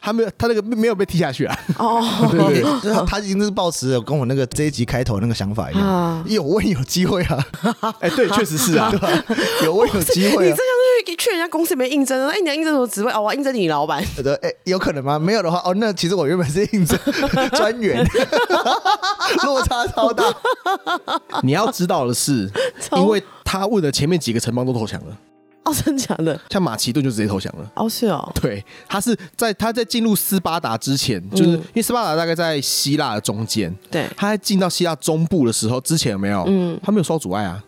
B: 他没有，他那个没有被踢下去啊。 *laughs*
C: 哦，
A: 对对，他已经是抱持了跟我那个这一集开头那个想法一样，
C: 啊，
A: *laughs* 有问有机会
C: *laughs*
A: 啊，
B: 哎、 *laughs* 对，确实是啊。
A: 对吧？有问有机
C: 你这
A: 会
C: 样
A: 啊，
C: 就去去人家公司里面应征，哎，你要应征什么职位？哦，我要应征你老板。
A: 对，哎，有可能吗？没有的话，哦，那其实我原本是
C: *laughs*
A: 应征专员，落差超大。
B: 你要知道的是，
C: 超
B: 因为他问的前面几个城邦都投降了，
C: 哦，真的假的？
B: 像马其顿就直接投降了。
C: 哦，是哦，
B: 对，他是在他在进入斯巴达之前，就是、因为斯巴达大概在希腊的中间，
C: 对，
B: 他在进到希腊中部的时候，之前有没有？
C: 嗯
B: 他没有受到阻碍啊，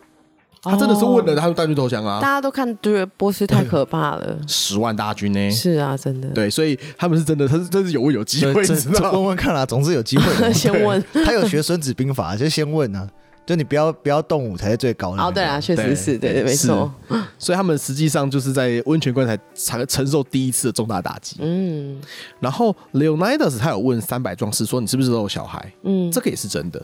B: 他真的是问了，他就带去投降
C: 大
B: 啊，
C: 家都看觉得波斯太可怕了。
B: 十万大军呢、
C: 是啊，真的。
B: 对，所以他们是真的，他是真是有有机会，
A: 这
B: 你知道
A: 这问
B: 吗？
A: 问看啦、总是有机会的。
C: *laughs* 先问
A: 他有学《孙子兵法》，就先问啊，就你不要不要动武才是最高的。
C: 哦，对啊，，确
B: 对
C: 实是，对对，没
B: 是
C: 错。
B: 所以他们实际上就是在温泉关才才承受第一次的重大打击。
C: 嗯
B: 然后 Leonidas 他有问三百壮士说：“你是不是都有小孩？”
C: 嗯
B: 这，个也是真的，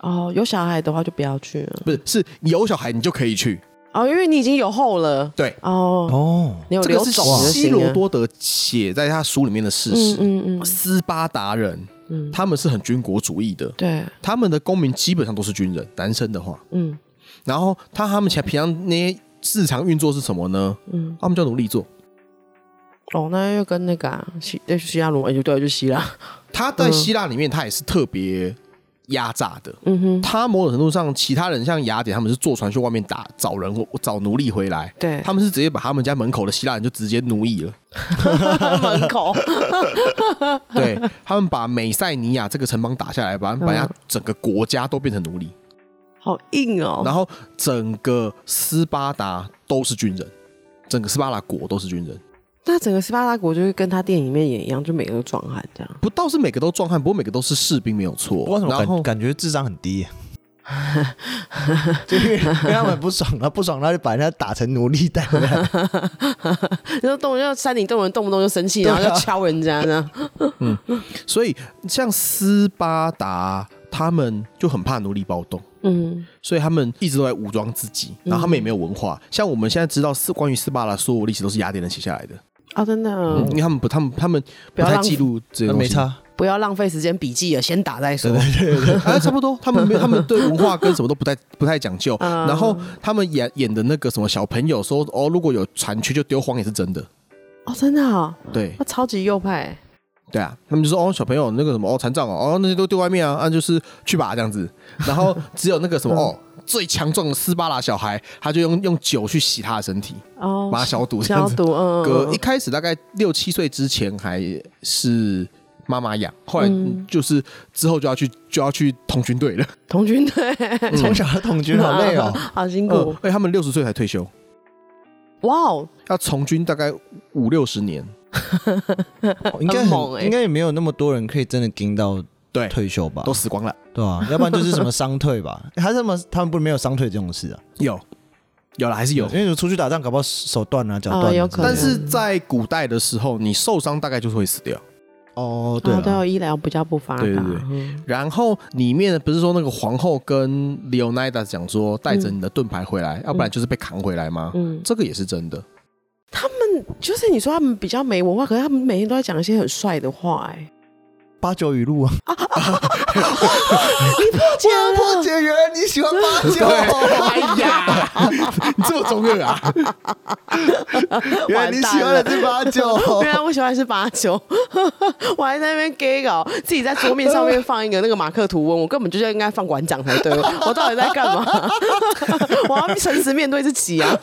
C: 哦，有小孩的话就不要去了。
B: 不是是有小孩你就可以去。
C: 哦，因为你已经有后了。
B: 对，
C: 哦，
A: 哦，
C: 你有
B: 这个
C: 留
B: 是
C: 种就
B: 希
C: 行
B: 罗
C: 了。
B: 多德写在他书里面的事
C: 啊嗯
B: 实。
C: 嗯嗯，
B: 斯巴达人
C: 嗯
B: 他们是很军国主义的，
C: 对，
B: 他们的公民基本上都是军人，男生的话。
C: 嗯
B: 然后他他们前平常那些日常运作是什么呢？
C: 嗯，
B: 他们叫奴隶做。
C: 哦，那又跟那个啊希，对，希腊罗，哎，对，就希腊。
B: 他在希腊里面，他也是特别压榨的。
C: 嗯哼，
B: 他某种程度上，其他人像雅典，他们是坐船去外面打找人或找奴隶回来，
C: *laughs* 对，
B: 他们是直接把他们家门口的希腊人就直接
A: *laughs*
B: 奴役了。
C: *laughs* 门口，
B: 对他们把美塞尼亚这个城邦打下来，把
A: 嗯
B: 把人家整个国家都变成奴隶，
C: 好硬哦。
B: 然后整个斯巴达都是军人，整个斯巴达国都是军人。
C: 那整个斯巴达国就是跟他电影里面演一样，就每个都壮汉这样。
B: 不倒是每个都壮汉，不过每个都是士兵，没有错。
A: 哦我为什么
B: 然后
A: 感感觉智商很
C: *laughs*
A: 低？就因为因为他们不爽啊，不爽他就把人家打成奴隶带回来。
C: 你说动不动山顶洞人动不动就生气，然后就敲人家这样。
B: 所以像斯巴达，他们就很怕奴隶暴动，
C: 嗯
B: 所以他们一直都在武装自己，然后他们也没有文化。像我们现在知道是关于斯巴达所有历史都是雅典人写下来的，
C: 啊，真的、
B: 嗯、因为他们不，他们他们
C: 不
B: 不
C: 要
B: 太
C: 浪
B: 记录这些
A: 那
B: 东
A: *laughs* 没
B: 西，
A: 差，
C: 不要浪费时间笔记了，先打再说。
B: 啊，差不
C: *laughs*
B: 多，他们没有，他们对文化跟什么都不太不太讲究。
C: 嗯
B: 然后他们演演的那个什么小朋友说，哦，如果有产区就丢荒也是真的，
C: 哦，真的、哦，
B: 对
C: 他超级右派、
B: 对啊，他们就说哦，小朋友那个什么哦，残障哦，哦那些都丢外面啊，啊就是去吧这样子。然后只有那个什么
C: *laughs*
B: 哦，最强壮的斯巴达小孩，他就用用酒去洗他的身体，
C: 哦，
B: 把他消毒这样
C: 消
B: 子。
C: 毒，嗯，
B: 哥一开始大概六七岁之前还是妈妈养，后来
C: 嗯
B: 就是之后就要去就要去童军队了。
C: *laughs* 童军队，。
A: 从小的统军好累哦
C: *laughs* 好辛
B: 嗯
C: 苦，，
B: 而且他们六十岁才退休，
C: 哇哦，
B: 要从军大概五六十年。
A: 应该
C: 很猛
A: 很
C: 欸
A: 应该也没有那么多人可以真的盯到
B: 对
A: 退休吧
B: 都？死光了。
A: 对 *laughs* 啊，要不然就是什么伤退吧。还是什么他们不是没有伤退这种事啊？
B: 有，有了还是有
A: 因。
C: 嗯
A: 为你出去打仗，搞不好手断啊、脚断啊
C: 哦
A: 之类的，
C: 有可能
B: 但是在古代的时候，你受伤大概就是会死掉。
A: 哦，对
C: 啊，对
A: 啊
C: 哦，医疗比较不发达，
B: 对对对
C: 嗯
B: 然后里面不是说那个皇后跟 Leonidas 讲说，带着你的盾牌回来，要不然就是被扛回来吗？
C: 嗯，
B: 这个也是真的。
C: 他们就是你说他们比较没文化，可是他们每天都在讲一些很帅的
B: *laughs*
C: 话、哎，
A: 八九语 *laughs* 录啊。
C: 你破解了，
A: 解原来你喜欢八
B: *laughs*
A: 九
B: 哎呀， *laughs* 你这么中二啊！
A: 原来你喜欢的是八 *laughs* 九。
B: 哦
C: 原来我喜欢是八九， *laughs* 我还在那边 gay 搞，自己在桌面上面放一个那个马克吐温，我根本就应该放馆长才对，我到底在干嘛？ *laughs* 我要诚实面对自己啊！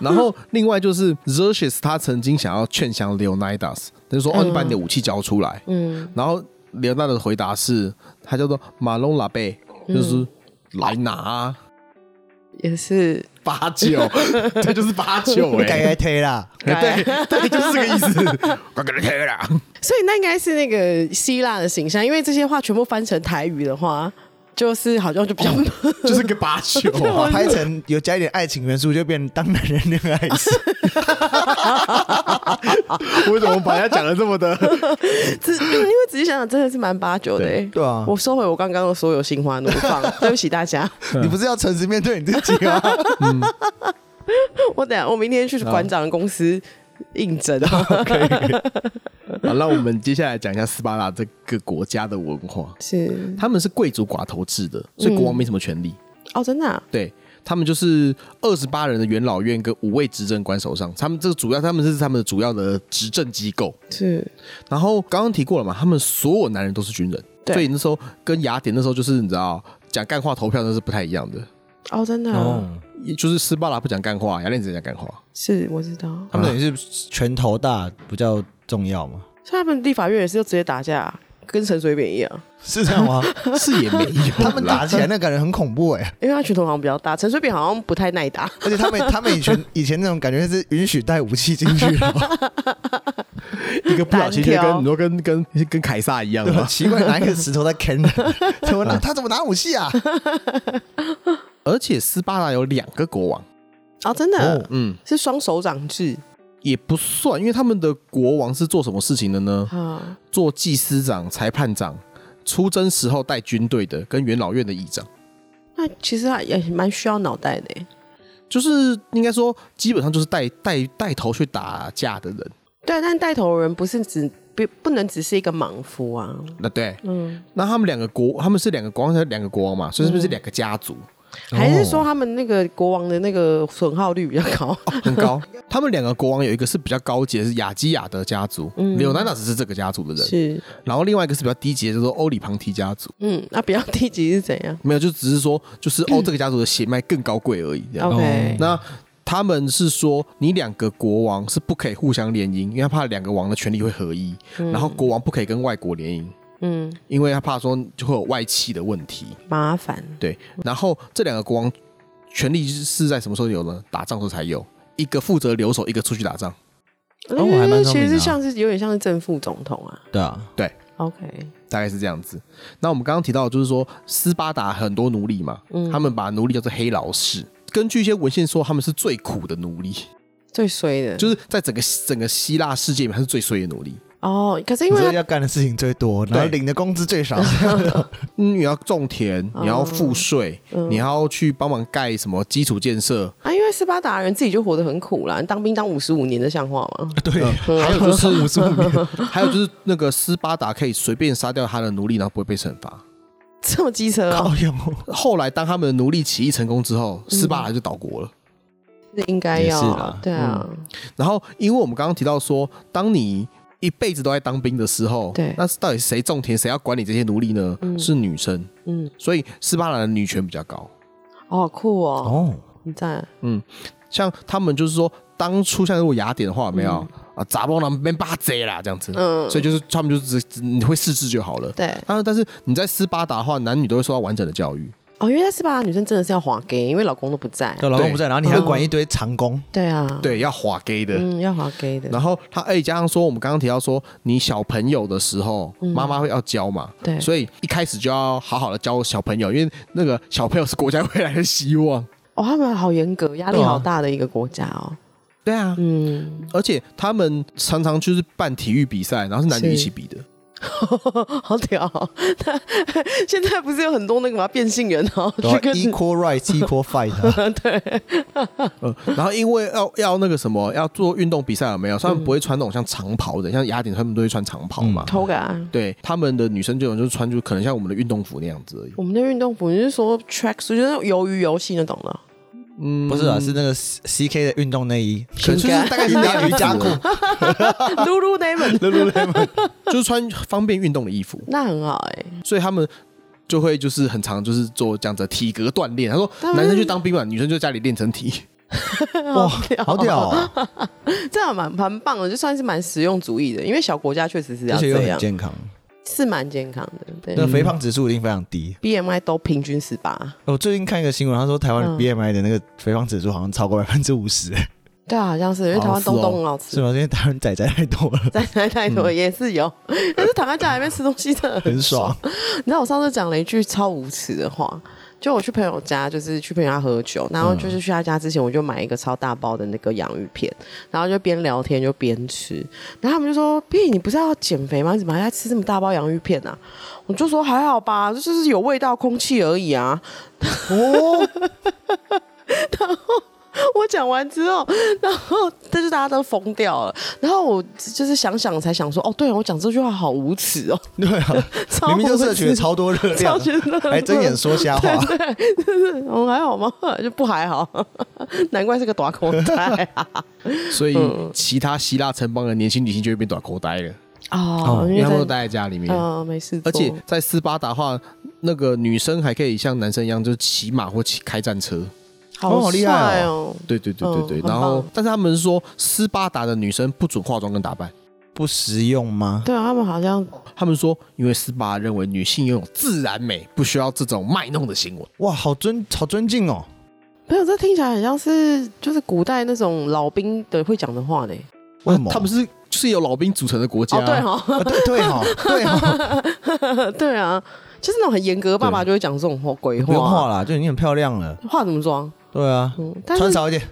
B: 然后另外就是 Xerxes 他曾经想要劝降 Leonidas，他就说：“哦，你把你的武器交出来。”
C: 嗯，
B: 然后 Leonidas 的回答是，他叫做马龙拉贝，就是来拿啊 *laughs*
C: 也是
B: 八 *laughs* 九，这就是八 *laughs* 九
A: 你改
B: 哎，
A: 改推啦，
B: 对对，就是这个意 *laughs* 思，我给你啊贴了。
C: 所以那应该是那个希腊的形象，因为这些话全部翻成台语的话，就是好像就比较、 *laughs*
B: 就是个八九 *laughs* 啊、
A: 把拍成有加一点爱情元素，就变当男人恋爱 *laughs* 时。
B: 为什么把人家讲的这么的？ *laughs*
C: 只因为仔细想想真的是蛮八九的、欸。
A: 对啊
C: 我收回我刚刚的所有心花怒 *laughs* 放，对不起大家。
A: 你不是要诚实面对你自己吗？
C: 我等下我明天去馆长的公司应征 *laughs* 啊。
B: 好，那我们接下来讲一下斯巴达这个国家的文化。
C: 是
B: 他们是贵族寡头制的，所以国王没什么权利。
C: 哦，真的啊、
B: 对他们就是二十八人的元老院跟五位执政官手上，他们这个主要他们是他们的主要的执政机构。
C: 是
B: 然后刚刚提过了嘛，他们所有男人都是军人，
C: 对
B: 所以那时候跟雅典那时候就是你知道讲干话投票那是不太一样的，
C: 哦，真的啊、
A: *laughs* 哦，
B: 也就是斯巴达不讲干话，雅典只讲干 *laughs* 话。
C: 是我知道。
A: 他们等于是拳头大比较重要嘛？
C: 所以他们立法院也是就直接打架，跟陈水扁一样，
A: *laughs* 是这样吗？，
B: 是也没有
A: 他们打起来那感觉很恐怖哎、
C: 因为他拳头好像比较大，陈水扁好像不太耐打。
A: *laughs* 而且他们他们以前以前那种感觉是允许带武器进去 *laughs* 的，
B: 一个不小心就
C: 单挑
B: 跟你说跟跟跟凯撒一样
A: 对吧？
B: 嘛。
A: 奇怪，拿一个石头在 *laughs* 砍人，怎么拿他怎么拿武器啊？
B: *laughs* 而且斯巴达有两个国王，
C: 哦，真的啊、
A: 哦
B: 嗯，
C: 是双手掌制
B: 也不算，因为他们的国王是做什么事情的呢？
C: 啊。
B: 做祭司长、裁判长，出征时候带军队的，跟元老院的议长。
C: 那其实他也蛮需要脑袋的耶。
B: 就是应该说，基本上就是带带带头去打架的人。
C: 对，啊但带头人不是只不不能只是一个莽夫啊。
B: 那对，
C: 嗯，嗯
B: 那他们两个国，他们是两个国王，两个国王嘛，所以是不是两个家族？
A: 哦
C: 还是说他们那个国王的那个损耗率比较
A: *laughs*
C: 高？
B: 哦很
C: *laughs*
B: 高。他们两个国王有一个是比较高级的，是雅基亚德家族，
C: 嗯
B: 柳南娜只是这个家族的人，
C: 是，
B: 然后另外一个是比较低级的，叫做欧里庞提家族，
C: 嗯，那比较低级是怎样
B: 没有，就只是说
C: *clears throat*
B: 就是欧这个家族的血脉更高贵而已。这样
A: 哦
C: ？OK，
B: 那他们是说，你两个国王是不可以互相联姻，因为他怕两个王的权力会合一，然后国王不可以跟外国联姻，
C: 嗯，
B: 因为他怕说就会有外戚的问题。
C: 麻烦，
B: 对，然后这两个国王权力是在什么时候有呢？打仗的时候才有，一个负责留守，一个出去打仗。
A: 哦我还蛮聪
C: 其
A: 明的啊
C: 实像是有点像是正副总统啊。
A: 对啊，
C: OK，
B: 大概是这样子。那我们刚刚提到，就是说斯巴达很多奴隶嘛，他们把奴隶叫做黑劳士。根据一些文献说，他们是最苦的奴隶，
C: 最衰的
B: 就是在整个整个希腊世界里面，他是最衰的奴隶。
C: 哦，可是因
A: 你
C: 为
A: 说
C: 他
A: 要干的事情最多，然后
B: 对
A: 领的工资最少，
B: 嗯，你要种田，你要赋
C: 哦
B: 税，你要去帮忙盖什么基础建设，
C: 啊，因为斯巴达人自己就活得很苦啦，当兵当五十五年的像话吗？
A: *laughs* 对， *laughs*
B: 还有就是
A: 五十五年，
B: 还有就是那个斯巴达可以随便杀掉他的奴隶，然后不会被惩罚。
C: *laughs* 这么机车哦，
A: 好用哦，
B: 后来当他们的奴隶起义成功之后，斯巴达就倒国了。
C: 这应该
A: 也是
C: 要
A: 啦
C: 对啊，
B: 然后，因为我们刚刚提到说，当你一辈子都在当兵的时候，
C: 对
B: 那到底谁种田，谁要管理这些奴隶呢？是女生，
C: 嗯，
B: 所以斯巴达的女权比较高。
C: 哦好酷哦，
A: 哦，
C: 你在
B: 像他们就是说，当初像如果雅典的话，有没有、啊，杂包狼变巴贼啦这样子，
C: 嗯
B: 所以就是他们就是只你会识字就好了。啊
C: 对
B: 但但是你在斯巴达的话，男女都会受到完整的教育。
C: 哦，因为在斯巴达女生真的是要滑 gay，因为老公都不在，
A: 对，老公不在，然后你还要管一堆长工，
C: 对啊，，
B: 对，要滑 gay 的。
C: 嗯，要滑 gay 的，
B: 然后他哎，加上说我们刚刚提到说，你小朋友的时候，妈妈会要教嘛，
C: 对
B: 所以一开始就要好好的教小朋友，因为那个小朋友是国家未来的希望。
C: 哦，他们好严格，压力
A: 对啊
C: 好大的一个国家哦，
B: 对啊，
C: 嗯， *laughs*
B: 而且他们常常就是办体育比赛，然后是男女一起比的。
C: 好屌哦，那现在不是有很多那个嘛变性人哦，
A: 对啊
C: 去跟
A: ，equal rights，equal fight，啊 *laughs*
B: 嗯，然后因为要要那个什么，要做运动比赛有没有？所以他们不会穿那种像长袍的，像雅典他们都会穿长袍嘛。
C: 偷个啊。
B: 对，他们的女生就有就是穿就可能像我们的运动服那样子而已。
C: 我们的运动服，你是说 track suit 就是那种鱿鱼游戏那种的？哦
B: 嗯，
A: 不是啊，是那个 C K 的运动内衣，
B: 可能就是大概是那样
A: 瑜伽
B: 子，
C: l u l u l e m o n
A: *laughs*
B: 就是穿方便运动的衣服，
C: 那很好哎、
B: 所以他们。就会就是很常就是做这样子的体格锻炼。他说
C: 当然
B: 男生去当兵嘛，女生就在家里练成体。
A: 哇，好屌哦， *laughs*
C: 这样蛮蛮棒的，就算是蛮实用主义的，因为小国家确实是
A: 而
C: 要
A: 且又
C: 这
A: 很
C: 样，
A: 健康，
C: 是蛮健康的。对、
A: 那个肥胖指数一定非常低。
C: b m i 都平均十八，
A: 我最近看一个新闻，他说台湾的
C: 嗯
A: BMI 的那个肥胖指数好像超过百分之五十，
C: 对啊，好像是因为台
B: 好
C: 湾
B: 像是哦
C: 东东很好吃，
A: 是吗？因为台湾仔仔太多了，
C: 在 *laughs* 在太多也是有， *laughs* 但是躺在家里面吃东西真的
A: 很爽。
C: 你知道我上次讲了一句超无耻的话，就我去朋友家，就是去朋友家喝酒，然后就是去他家之前，我就买一个超大包的那个洋芋片，然后就边聊天就边吃，然后他们就说：“屁，你不是要减肥吗？你怎么还在吃这么大包洋芋片啊？”我就说：“还好吧，这就是有味道、空气而已啊。”
A: 哦，
C: 我讲完之后，然后但是大家都疯掉了，然后我就是想想才想说：“哦，对，我讲这句话好无耻哦，
A: 对啊，
C: *laughs* 超
A: 明明就社群
C: 无耻
A: 超多热量啊哎
C: 超，群的，
A: 还睁眼说瞎话。
C: 我哦还好吗？ *laughs* 就不还好，难怪是个短口袋啊！
B: 所以其他希腊城邦的年轻女性就会变短口袋了，
C: *laughs* 哦，
B: 因为
C: 因为
B: 他们都
C: 在
B: 待在家里面。
C: 啊，没事做，
B: 而且在斯巴达的话，那个女生还可以像男生一样，就是骑马或骑开战车。
A: 哦
C: 好
A: 好厉害
C: 帅哦！
B: 对对对对对。
C: 嗯很棒
B: 然后，但是他们说斯巴达的女生不准化妆跟打扮，
A: 不实用吗？
C: 对啊，他们好像
B: 他们说因为斯巴达认为女性拥有自然美，不需要这种卖弄的行为。
A: 哇，好尊，好尊敬哦。
C: 没啊有，这听起来很像是就是古代那种老兵的会讲的话呢。
A: 为什
C: 啊
A: 么？
B: 他们是就是由老兵组成的国家啊。
C: 哦，对哦， *laughs*
A: 啊对对哈，对哈，
C: 对啊，就是那种很严格的爸爸就会讲这种话鬼
A: 嗯不用化
C: 话，
A: 啦，就已经很漂亮了。
C: 化怎么妆？
A: 对啊，
C: 嗯，但
A: 穿
C: 是
A: 少一点，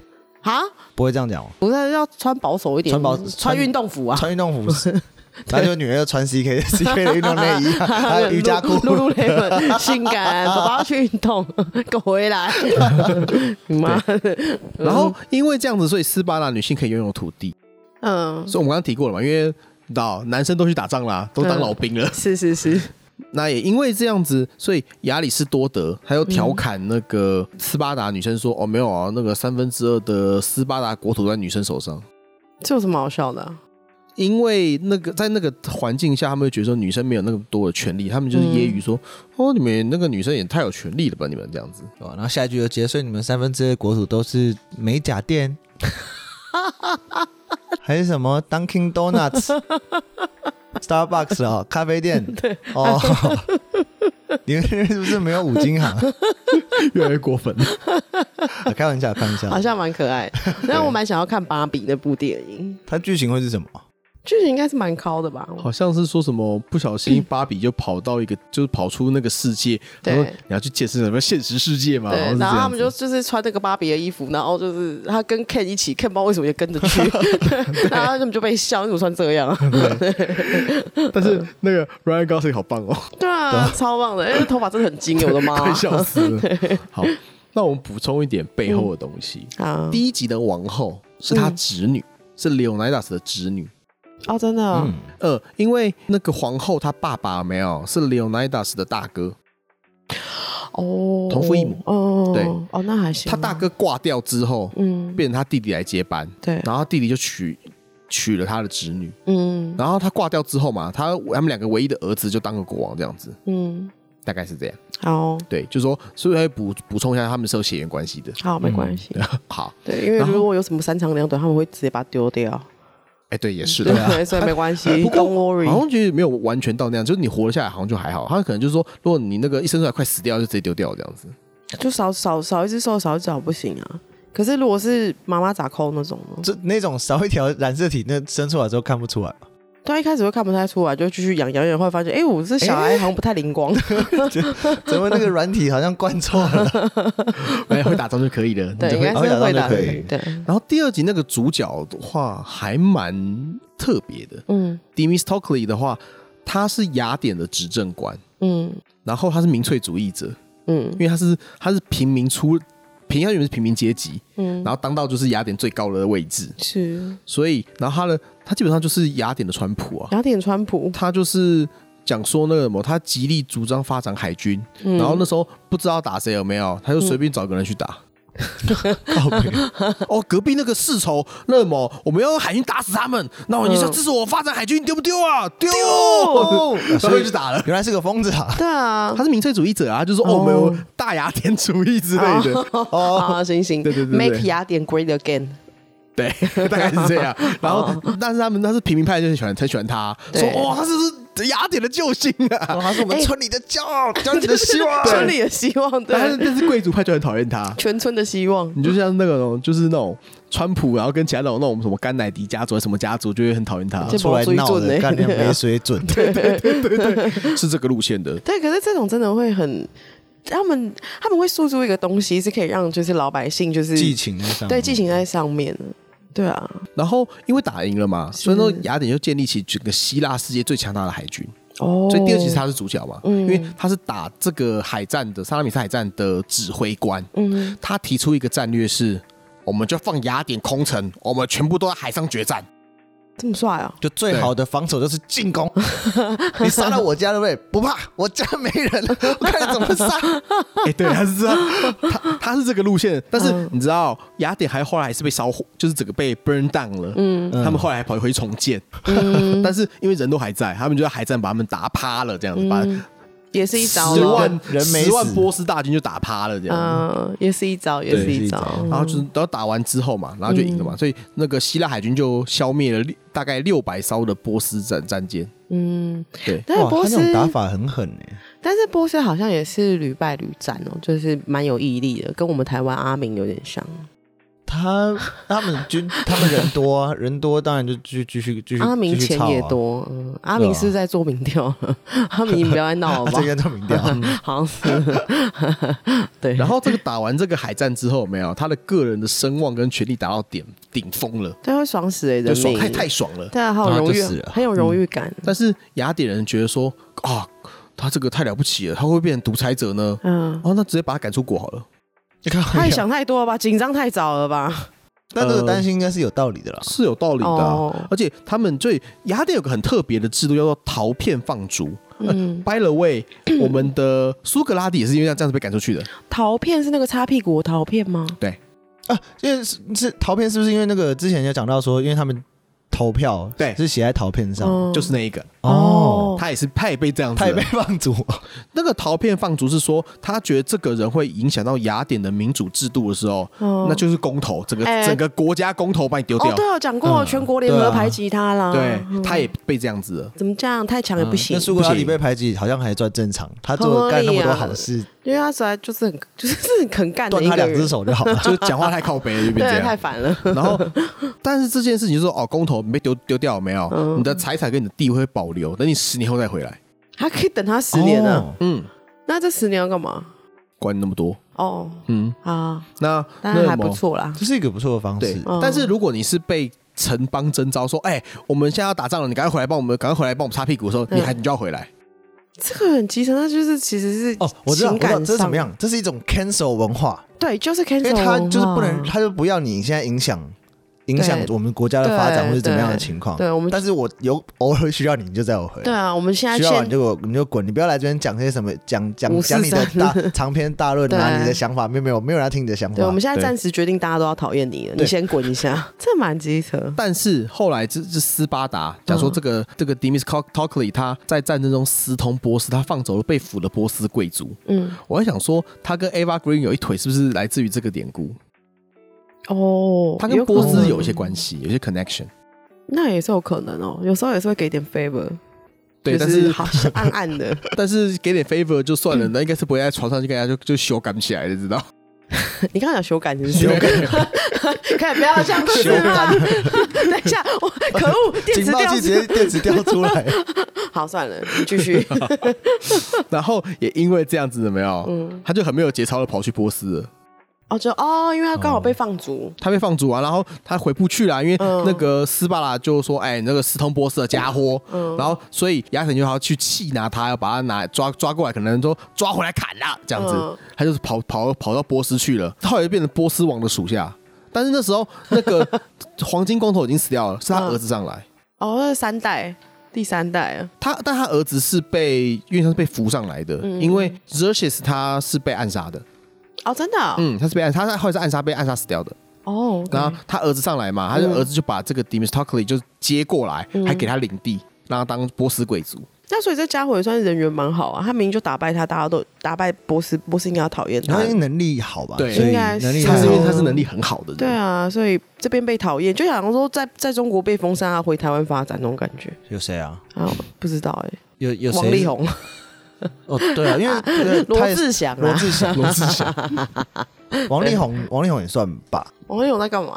C: 啊，
A: 不会这样讲哦。
C: 不是要穿保守一点，
A: 穿保
C: 穿运动服啊，
A: 穿运动服，
C: *laughs*
A: 然后就女儿又穿 CK CK 的运动内衣啊，还有瑜伽裤。
C: 露露雷粉，性感，爸爸要去运动， *laughs* 给我回来，你妈的，
B: 然后因为这样子，所以斯巴达女性可以拥有土地。
C: 嗯，嗯
B: 所以我们刚刚提过了嘛，因为你知道男生都去打仗啦，都当老兵了，
C: 是是是，
B: 那也因为这样子，所以亚里士多德他又调侃那个斯巴达女生说：“哦，没有啊，那个三分之二的斯巴达国土在女生手上。”
C: 这有什么好笑的啊、
B: 因为那个在那个环境下，他们会觉得说女生没有那么多的权利，他们就是揶揄说：“
C: 嗯
B: 哦，你们那个女生也太有权利了吧，你们这样子。
A: 对吧然后下一句就结，所以你们三分之二的国土都是美甲店，还是什么 Dunkin' Donuts、Starbucks 哦，咖啡
C: *laughs*
A: 店，对哦，你们那边是不是没有五金行？”
B: *laughs* 越来越过分了。
A: 啊 *laughs* 开玩笑，开玩笑
C: 好。像蛮可爱的。但我蛮想要看芭比那部电影，
A: 它剧情会是什么？
C: 剧情应该是蛮高的吧？
B: 好像是说什么不小心芭比就跑到一个，就是跑出那个世界，
C: 对
B: 然后你要去见识什么现实世界嘛，
C: 对
B: 然后，是这样
C: 然后
B: 子
C: 他们就就是穿那个芭比的衣服，然后就是他跟 Ken 一起，Ken 不知道为什么也跟着去， *laughs* 然后他们就被笑，你怎么穿这样啊？
B: 但
C: 呃
B: 是那个 Ryan Gosling 好
C: *laughs*
B: 棒哦，
C: 对啊，超棒的，因为头发真的很金，
B: *laughs*
C: 我的妈！
B: 快笑死
C: *laughs*
B: 了。好，那我们补充一点背后的东西。
C: 啊！
B: 嗯第一集的王后是她侄女，是 Leonidas 的侄女。
C: 哦，真的哦，
B: 呃，因为那个皇后她爸爸没有是 Leonidas 的大哥，
C: 哦，
B: 同父异母
C: 哦，
B: 对
C: 哦，那还行。
B: 他大，哥挂掉之后，
C: 嗯，
B: 变成他弟弟来接班，
C: 对，
B: 然后弟弟就娶娶了他的侄女。
C: 嗯
B: 然后他挂掉之后嘛，他他们两个唯一的儿子就当了国王，这样子，
C: 嗯，
B: 大概是这样。
C: 好
B: 对，就是说，所以还补补充一下，他们是有血缘关
C: *laughs*
B: 系的。
C: 好没关系，
B: 嗯好，
C: 对，因为如果有什么三长两短，他们会直接把它丢掉，
B: 哎， *laughs* 对，也是的。 *laughs*
C: 对， *laughs* 所以没关系
B: 哎不过
C: ，Don't worry，
B: 好像觉得没有完全到那样，就是你活了下来，好像就还好。他可能就是说，如果你那个一生出来快死掉，就直接丢掉这样
C: *laughs*
B: 子。
C: 就少少少一只手少一只脚不行啊。可是如果是妈妈咋扣那种呢？
A: 这那种少一条染色体，那生出来之后看不出来吗，
C: 对啊，一开始会看不太出来，就继续养养养，会发现，哎、我这小孩好像不太灵光。
A: 怎么那个软体好像灌错
C: *laughs*
A: 了？
B: 哎，会打仗就可以了。
C: 对，
B: 你
C: 应
B: 就
C: 该
B: 会
C: 是
A: 会
C: 会打
A: 打到就
C: 的
A: 可以。
C: *laughs* 对，
B: 然后第二集那个主角的话还蛮特别的
C: 嗯
B: ，Dimitri t o k l y 的话，他是雅典的执政官，
C: 嗯
B: 然后他是民粹主义者，
C: 嗯
B: 因为他是他是平民出平，他原本是平民阶级，
C: 嗯，
B: 然后当到就是雅典最高的位置，
C: 是
B: 所以然后他的他基本上就是雅典的川普啊，
C: 雅典川普，
B: 他就是讲说那个什么，他极力主张发展海军，
C: 嗯
B: 然后那时候不知道打谁有没有，他就随便找个人去打。
A: 靠北
B: *laughs* 哦，隔壁那个世仇，那么我们要用海军打死他们，那我你就
C: 嗯
B: 支持我发展海军，丢不丢啊？丢，
A: 哦
B: *laughs* 然后就去打了。
A: 原来是个疯子
C: *laughs*
A: 啊！
C: 对啊
B: 他，是民粹主义者啊，就说哦，哦我们有大雅典主义之类 *laughs* 的，
C: 啊，行行，
B: 对对对对
C: m a k e 雅典 great again。
B: 对，大概是这 *laughs* 样。然后，但是他们他是平民派，就很喜欢，很喜欢他，说哦
C: 对
B: 哇、他是雅典的救星啊。
A: 他是我们村里的骄傲，教你的希望。
C: 哎村里的希望，
B: *laughs* 但是
C: 对，
B: 但是贵族派就很讨厌他。
C: 全村的希望。
B: 你就像那个，就是那种川普，然后跟其他那种那种什么甘乃迪家族、什么家族，就会很讨厌他，
C: 这
A: 出来闹
C: 没水准
A: 的，
C: 欸
A: 干娘没水准。
B: 是这个路线的。
C: 对，可是这种真的会很，他们他们会输出一个东西，是可以让就是老百姓就是
A: 寄情在上面，
C: 对，寄情在上面的。对啊，
B: 然后因为打赢了嘛，所以说雅典就建立起整个希腊世界最强大的海军。
C: 哦，
B: 所以第二集是他是主角嘛，
C: 嗯
B: 因为他是打这个海战的萨拉米斯海战的指挥官，
C: 嗯，
B: 他提出一个战略是，我们就放雅典空城，我们全部都在海上决
C: *laughs*
B: 战。
C: 这么帅啊！
A: 就最好的防守就是进
C: *laughs*
A: 攻。你杀到我家对不对？不怕，我家没人
C: *laughs*
A: 了，我看你怎么杀。
B: 哎、对，他是这样，他他是这个路线，但是
C: 嗯
B: 你知道雅典还后来还是被烧火，就是整个被 burn down 了。
C: 嗯
B: 他们后来还跑回去重建，
C: *laughs*
B: 但是因为人都还在，他们就在海战把他们打趴了，这样子、
C: 嗯也是一招
B: 把
C: 啊
B: 十
C: 啦，
B: 万
A: 人没死
B: 十万波斯大军就打趴了，这样。
C: 嗯，也是一招，也是
A: 对
C: 一招。
B: 然后就是，然后打完之后嘛，然后就赢
C: 嗯
B: 了嘛，所以那个希腊海军就消灭了六大概六百艘的波斯战战舰。
C: 嗯，
B: 对，
C: 但是
A: 他
C: 波
A: 那种
C: 斯，
A: 打法很狠哎、
C: 但是波斯好像也是屡败屡战哦，就是蛮有毅力的，跟我们台湾阿明有点像。
A: 他他们军他们人多啊，人多当然就继续继续继续
C: 阿明
A: 继续
C: 钱
A: 吵啊
C: 也多，嗯，阿明是不是在做民调，阿明你不要再闹了
A: 啊
C: 吧嗯
A: 这，个都明掉。
C: 好像是，对，
B: 然后这个打完这个海战之后，有没有他的个人的声望跟权力达到顶顶峰了，
C: 对会爽死哎，
B: 就
C: 人
B: 爽
C: 民
B: 太太爽了。
C: 对啊，好有荣
A: 然后就死
C: 誉，
A: 了
C: 很有荣誉感，
B: 但是雅典人觉得说啊，他这个太了不起了，他会不会变成独裁者呢？ *laughs*
C: 嗯，
B: 哦，那直接把他赶出国好了。
A: 哦你看，
C: 太想太多了吧，紧张太早了吧，
A: 但这个担心应该是有道理的啦。
B: 是有道理的啊、
C: 哦
B: 而且他们最雅典有个很特别的制度，叫做陶片放逐。嗯，By the way，我 *clears throat* 们的苏格拉底也是因为这样子被赶出去的。
C: 陶片是那个擦屁股的陶片吗？
B: 对，
C: 呃
A: 啊，因为是是陶片，是不是因为那个之前有讲到说，因为他们投票
B: 对
A: 是写在陶片上
C: 嗯
B: 就是那一个，
A: 哦，
B: 他也是，他也被这样子
A: 他
B: 了，
A: 也被放逐，
B: *laughs* 那个陶片放逐是说，他觉得这个人会影响到雅典的民主制度的时候，
C: 哦
B: 那就是公投，整个、
C: 哎
B: 整个国家公投把你丢掉。
C: 哦，对，我讲过、
A: 嗯
C: 全国联
A: 对
C: 合
A: 啊
C: 排挤他啦。
B: 对
C: 嗯
B: 他也被这样子了。
C: 怎么这样太强也不行，
A: 那苏格拉底
B: 不行
A: 被排挤好像还算正常，他做
C: 啊
A: 干那么多好事，
C: 因为他实在就是 *laughs* 很就是很肯干的
A: 断
C: 一
A: 他
C: 个
A: 两只
C: 人，
A: 手就好了。
B: 就是讲话太靠北了，就变这
C: *laughs* 对，太
B: 样。
C: 烦了。
B: 然后，但是这件事情就是说，哦，公投你被丢丢掉了没有？
C: 嗯
B: 你的财产跟你的地位会保留，等你十年后再回来。
C: 还可以等他 *laughs* 十年啊呢、
A: 哦，
B: 嗯，
C: 那这十年要干嘛？
B: 管你那么多。
C: 哦
B: 嗯，
C: 啊，
B: 那
C: 当
B: 那
C: 然
B: 什
C: 还不
B: 么？
C: 错啦。
A: 这是一个不错的方
B: 对
A: 式，。
C: 嗯
B: 但是如果你是被城邦征召说，哎、我们现在要打仗了，你赶快回来帮我们，赶快回来帮我们擦屁股的时候，
C: 嗯
B: 你还你就要回来。
C: 这个很基层，他就是其实是
A: 哦，我知道，我知
C: 情感
A: 道
C: 上
A: 这是怎么？样？这是一种 cancel 文化，
C: 对，就是
A: 因
C: cancel，
A: 为他就是不
C: 文
A: 能，
C: 化
A: 他就不要你现在影响影响
C: 对
A: 我们国家的发展
C: 对
A: 或者怎么样的
C: 对
A: 情况。
C: 对我们
A: 但是我有偶尔需要你，你就带我回来
C: 对。啊，我们现在
A: 需要你
C: 现
A: 就你就滚，你不要来这边讲些什么讲讲
C: 五四
A: 讲你的大
C: 三
A: 长篇大论啊，
C: 对
A: 你的想法没有没有没有人要听你的想
C: 对，我
A: 法
C: 们。现在
B: 对
C: 暂时决定大家都要讨厌你了，你
A: 对
C: 先滚一下， *laughs* 这蛮基层。
B: 但是后来这这斯巴
C: 嗯
B: 达，假如说这个、这个 Dimis t o k l y 他在战争中私通波斯，他放走了被俘的波斯贵族。
C: 嗯，
B: 我还想说，他跟 Ava Green 有一腿，是不是来自于这个典故？
C: 哦，
B: 他跟
C: 可
B: 波
C: 能
B: 斯有一些关系，有一些 connection。
C: 那也是有可能哦，有时候也是会给点 favor，
B: 对，
C: 就
B: 但是
C: 好像暗暗的， *laughs*
B: 但是给点 favor 就算了，那应该是不会在床上就跟人家就就修改起来的，知道？
C: 你刚刚讲修改是不是？ *laughs*
B: *laughs*
C: 看，不要这样子嘛！ *laughs* 等一下，我可恶，电
A: 警
C: 池
A: 报
C: 掉
A: 器直
C: 出
A: 接电池掉出来，
C: *laughs* 好，算了，你继续。
B: 然后也因为这样子，有没有？
C: 嗯，
B: 他就很没有节操的跑去波斯了，
C: 哦，就哦，因为他刚好被放逐，
B: 他被放逐啊，然后他回不去了，因为
C: 嗯
B: 那个斯巴达就说：“哎，你那个私通波斯的家伙。”
C: 嗯，
B: 然后所以亚神就要去气拿他，要把他拿抓抓过来，可能说抓回来砍啦这样子，
C: 嗯
B: 他就是跑跑跑到波斯去了，后来就变成波斯王的属下。但是那时候那
C: *laughs*
B: 个黄金光头已经死掉了，是他
C: 嗯
B: 儿子上来，
C: 哦，那是三代，第三代啊，
B: 他但他儿子是被因为他是被扶上来的，
C: 嗯
B: 因为 Xerxes 他是被暗杀的，
C: 哦，真的啊，
B: 嗯，他是被暗他他后来是暗杀被暗杀死掉的。
C: 哦，
B: 然后他儿子上来嘛，他的儿子就把这个 Dimistocles 就接过来，还给他领地，让他当波斯贵族。
C: 那所以这家伙也算是人缘蛮好啊，他明明就打败他，大家都打败波斯，波斯应该要讨厌
A: 然
C: 他
A: 后因。为能力好吧，
B: 对
A: 所以
C: 应该
A: 能力
C: 是
B: 他
A: 太
B: 是因为他
A: 好，
B: 是能力很好的人，
C: 对啊，所以这边被讨厌，就想说在在中国被封杀，他回台湾发展那种感觉
A: 有谁啊？
C: 啊，不知道哎，
A: 有有谁？
C: 王力宏、
A: 哦，对啊，因为对他
C: *laughs* 罗
A: 也是
C: 志祥
A: 罗
C: 啊，
A: 志祥，
B: *laughs*
A: 罗志祥，王力宏，王力宏也算吧。
C: 王力宏在干嘛？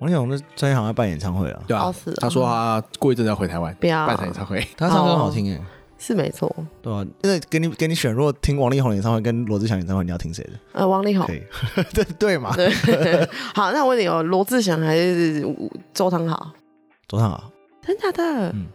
A: 王力宏那最近好像办演唱会了，
B: 对啊
C: 哦是啊，
B: 他说他过一阵子要回台湾
C: 不要
B: 办场演唱会， *laughs*
A: 他唱歌很好听
C: 哦
A: 哎，
C: 是没错，
A: 对啊，那给你给你选，如果听王力宏的演唱会跟罗志祥演唱会，你要听谁的？
C: 呃，王力宏
A: 可。以， *laughs* 对对嘛？
C: 对， *laughs* 好，那我问你哦，罗志祥还是周汤豪？
A: 多上啊
C: 真假的？
A: 嗯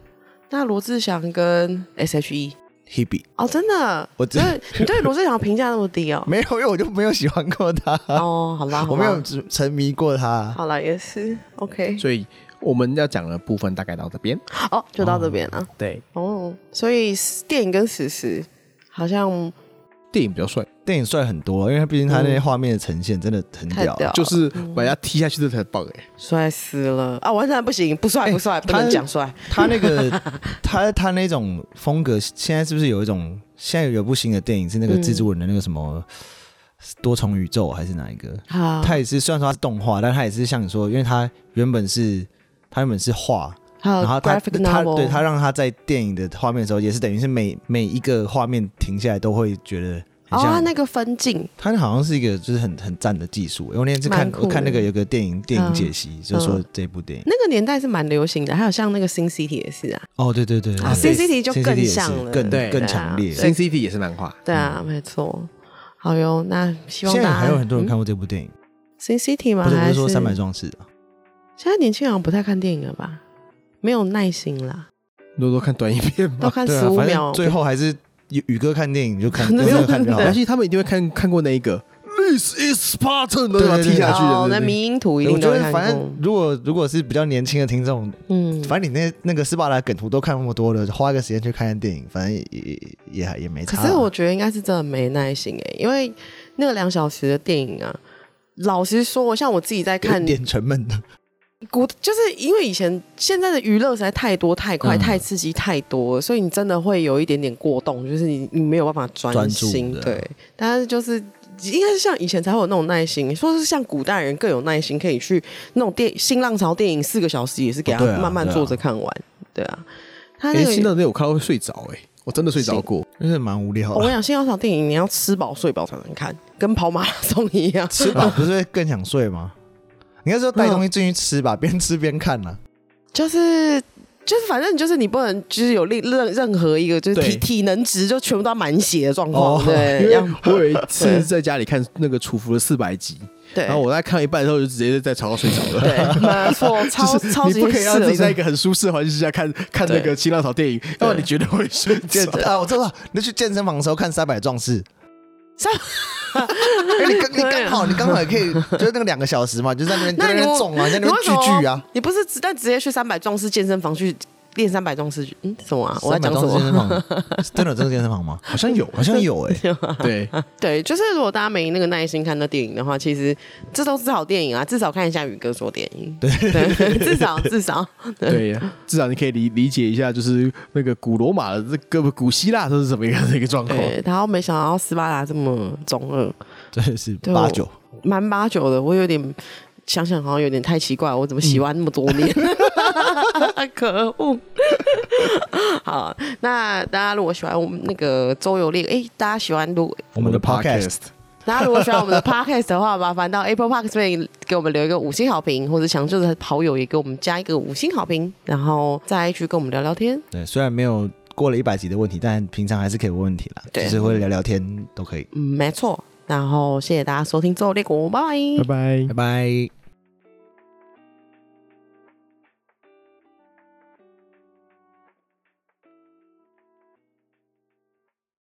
C: 那罗志祥跟 S.H.E
A: ，Hebe，
C: 哦，真
A: *laughs*
C: 的，
A: 我
C: *laughs* 所以你对罗志祥评价那么低哦？
A: 没有，因为我就 *laughs* 没有喜欢过他，
C: 哦，好啦，好啦
A: 我没有，只沉迷过他。
C: 好啦，也是 OK，
A: *laughs*
B: 所以我们要讲的部分大概到这边。
C: 哦，就到这边了。
B: 对，
C: 哦，所以电影跟史实好像
B: 电影比较帅，
A: 电影帅很多，因为他毕竟他那
C: 嗯
A: 些画面的呈现真的很
C: 太
A: 屌。啊
C: 屌了，
B: 就是把人家踢下去这才棒哎。
C: 帅死了啊！完全不行，不帅
A: 哎
C: 不帅，不
A: 他
C: 能讲帅。
A: 他那个他他那种风格，现在是不是有一种？现在有部新的电影是那个
C: 嗯
A: 蜘蛛人的那个什么多重宇宙还是哪一个？
C: 好，
A: 他也是虽然说他是动画，但他也是像你说，因为他原本是他原本是画，
C: 好
A: 然后他
C: 哦，graphic
A: 他
C: novel，
A: 对他让他在电影的画面的时候，也是等于是每每一个画面停下来都会觉得很
C: 哦，他
A: 像。
C: 那个分镜，
A: 他好像是一个就是很很赞的技术。我那天是
C: 蛮
A: 看
C: 酷的嗯
A: 我看那个有个电影电影解析，就说这部电影。
C: 那个年代是蛮流行的，还有像那个新 City 也是啊，
A: 哦，对对对对
C: 啊
A: 对
C: ，Sin City 就
A: Sin
C: 更
A: City 也是
C: 像了，
A: 更
B: 对啊
A: 更强烈。
C: 对
B: 新 City 也是漫画，
C: 对啊，没错。好哟，那希望
A: 现
C: 大
A: 在
C: 家
A: 还有很多人看
C: 嗯
A: 过这部电影，
C: 新 City 吗？
A: 不是不
C: 还
A: 是
C: 是
A: 说三百壮士啊的，
C: 现在年轻人好像不太看电影了吧？没有耐心啦，
B: 多多看短影片吧
C: 都。看
A: 对
C: 十
A: 啊，
C: 五
A: 反
C: 秒
A: 正。最后还是宇宇哥看电影就看，
C: 对 *laughs*
A: 真的看就好
B: *laughs* 没
A: 了
B: 关。系，他们一定会看看过那一个。 This is Spartan，
A: 对
B: 把它踢下去
C: 哦，那
B: 了。对对对
C: 迷因图一
A: 我
C: 定
A: 觉
C: 都会
A: 得
C: 看
A: 反
C: 过
A: 正。如果如果是比较年轻的听众，
C: 嗯，
A: 反正你那那个斯巴达梗图都看那么多了，花个时间去看看电影，反正也也也也没差。
C: 可是我觉得应该是真的没耐心哎、因为那个两小时的电影啊，老实说，像我自己在
A: 有
C: 看
A: 点沉闷
C: *laughs*
A: 的，
C: 古，就是因为以前现在的娱乐实在太多、太快、
A: 嗯
C: 太刺激、太多了，所以你真的会有一点点过动，就是你你没有办法专心
A: 专注的
C: 对，但是就是。应该是像以前才会有那种耐心，说是像古代人更有耐心，可以去那种电新浪潮电影四个小时也是给他
A: 哦对啊
C: 慢慢
A: 对啊
C: 坐着看完，对啊。他那
B: 哎，
C: 个
B: 新的那我看到会睡着，哎，我真的睡着过。
A: 真是蛮无聊
C: 哦我跟你
A: 的。
C: 讲，新浪潮电影你要吃饱睡饱才能看，跟跑马拉松一样。
A: 吃饱不是会更想睡吗？你应该说带东西进去吃
C: 嗯
A: 吧，边吃边看啊呢、
C: 就是就是，反正就是你不能，就是有任任任何一个就是体
B: 对
C: 体能值就全部都要满血的状况，
A: 哦
C: 对，
B: 因为
C: 要
B: 我有一
C: 对
B: 次在家里看那个《楚服》的四百集，
C: 对，
B: 然后我在看到一半的时候，我就直接在床上睡着
A: *laughs*
B: 了。*laughs*
C: 对，没错，超
B: 就是
C: 超
B: 你
C: 级
B: 不可以让
C: 适合
B: 自己在一
C: 这
B: 个很舒适的环境下看看那
C: 对
B: 个新浪潮电影，要不然你绝对会睡
A: 健
B: 着。
A: 啊，我知道了，你去健身房的时候看《三百壮士》。
C: 三，
A: *laughs* 哎，你刚你刚好，你刚好也可
C: *laughs*
A: 以，就是那个两个小时嘛，就在那边就
C: 那
A: 在那
C: 你如
A: 边
C: 果
A: 种啊，在那
C: 你
A: 边
C: 为什
A: 聚
C: 么
A: 聚啊。
C: 你不是直但直接去三百壮士健身房去练三百壮士去？嗯，什么啊？我在讲什
A: 三百壮士健
C: 么？
A: 身房真的有这个健身房吗？
B: 好像有，啊
A: 好像有哎、
C: *laughs*
B: 对，
C: *laughs* 对，就是如果大家没那个耐心看那电影的话，其实这都是好电影啊，至少看一下宇哥说电影，对，
A: *laughs*
C: 至少至少
B: 对呀，至少你可以理理解一下，就是那个古罗马的这个古希腊都是怎么样的一个状况。
C: 对，然后没想到斯巴达这么中二，
A: 真的是
C: 对
A: 八九，
C: 蛮八九的，我有点想想好像有点太奇怪，我怎么喜欢那么多年？ *laughs* 可恶！ *laughs* 好，那大家如果喜欢我们那个周游列，哎、大家喜欢如
A: 我们的 podcast
C: 大家如果喜欢我们的 podcast 的话，麻烦到 Apple Park 这边给我们留一个五星好评，或者强制的好友也给我们加一个五星好评，然后再去跟我们聊聊天。
A: 对，虽然没有过了一百集的问题，但平常还是可以问问题啦，
C: 对
A: 就是会聊聊天都可以。
C: 嗯，没错。然后谢谢大家收听《周游列国》，拜
B: 拜
C: 拜
A: 拜。
B: 拜
A: 拜。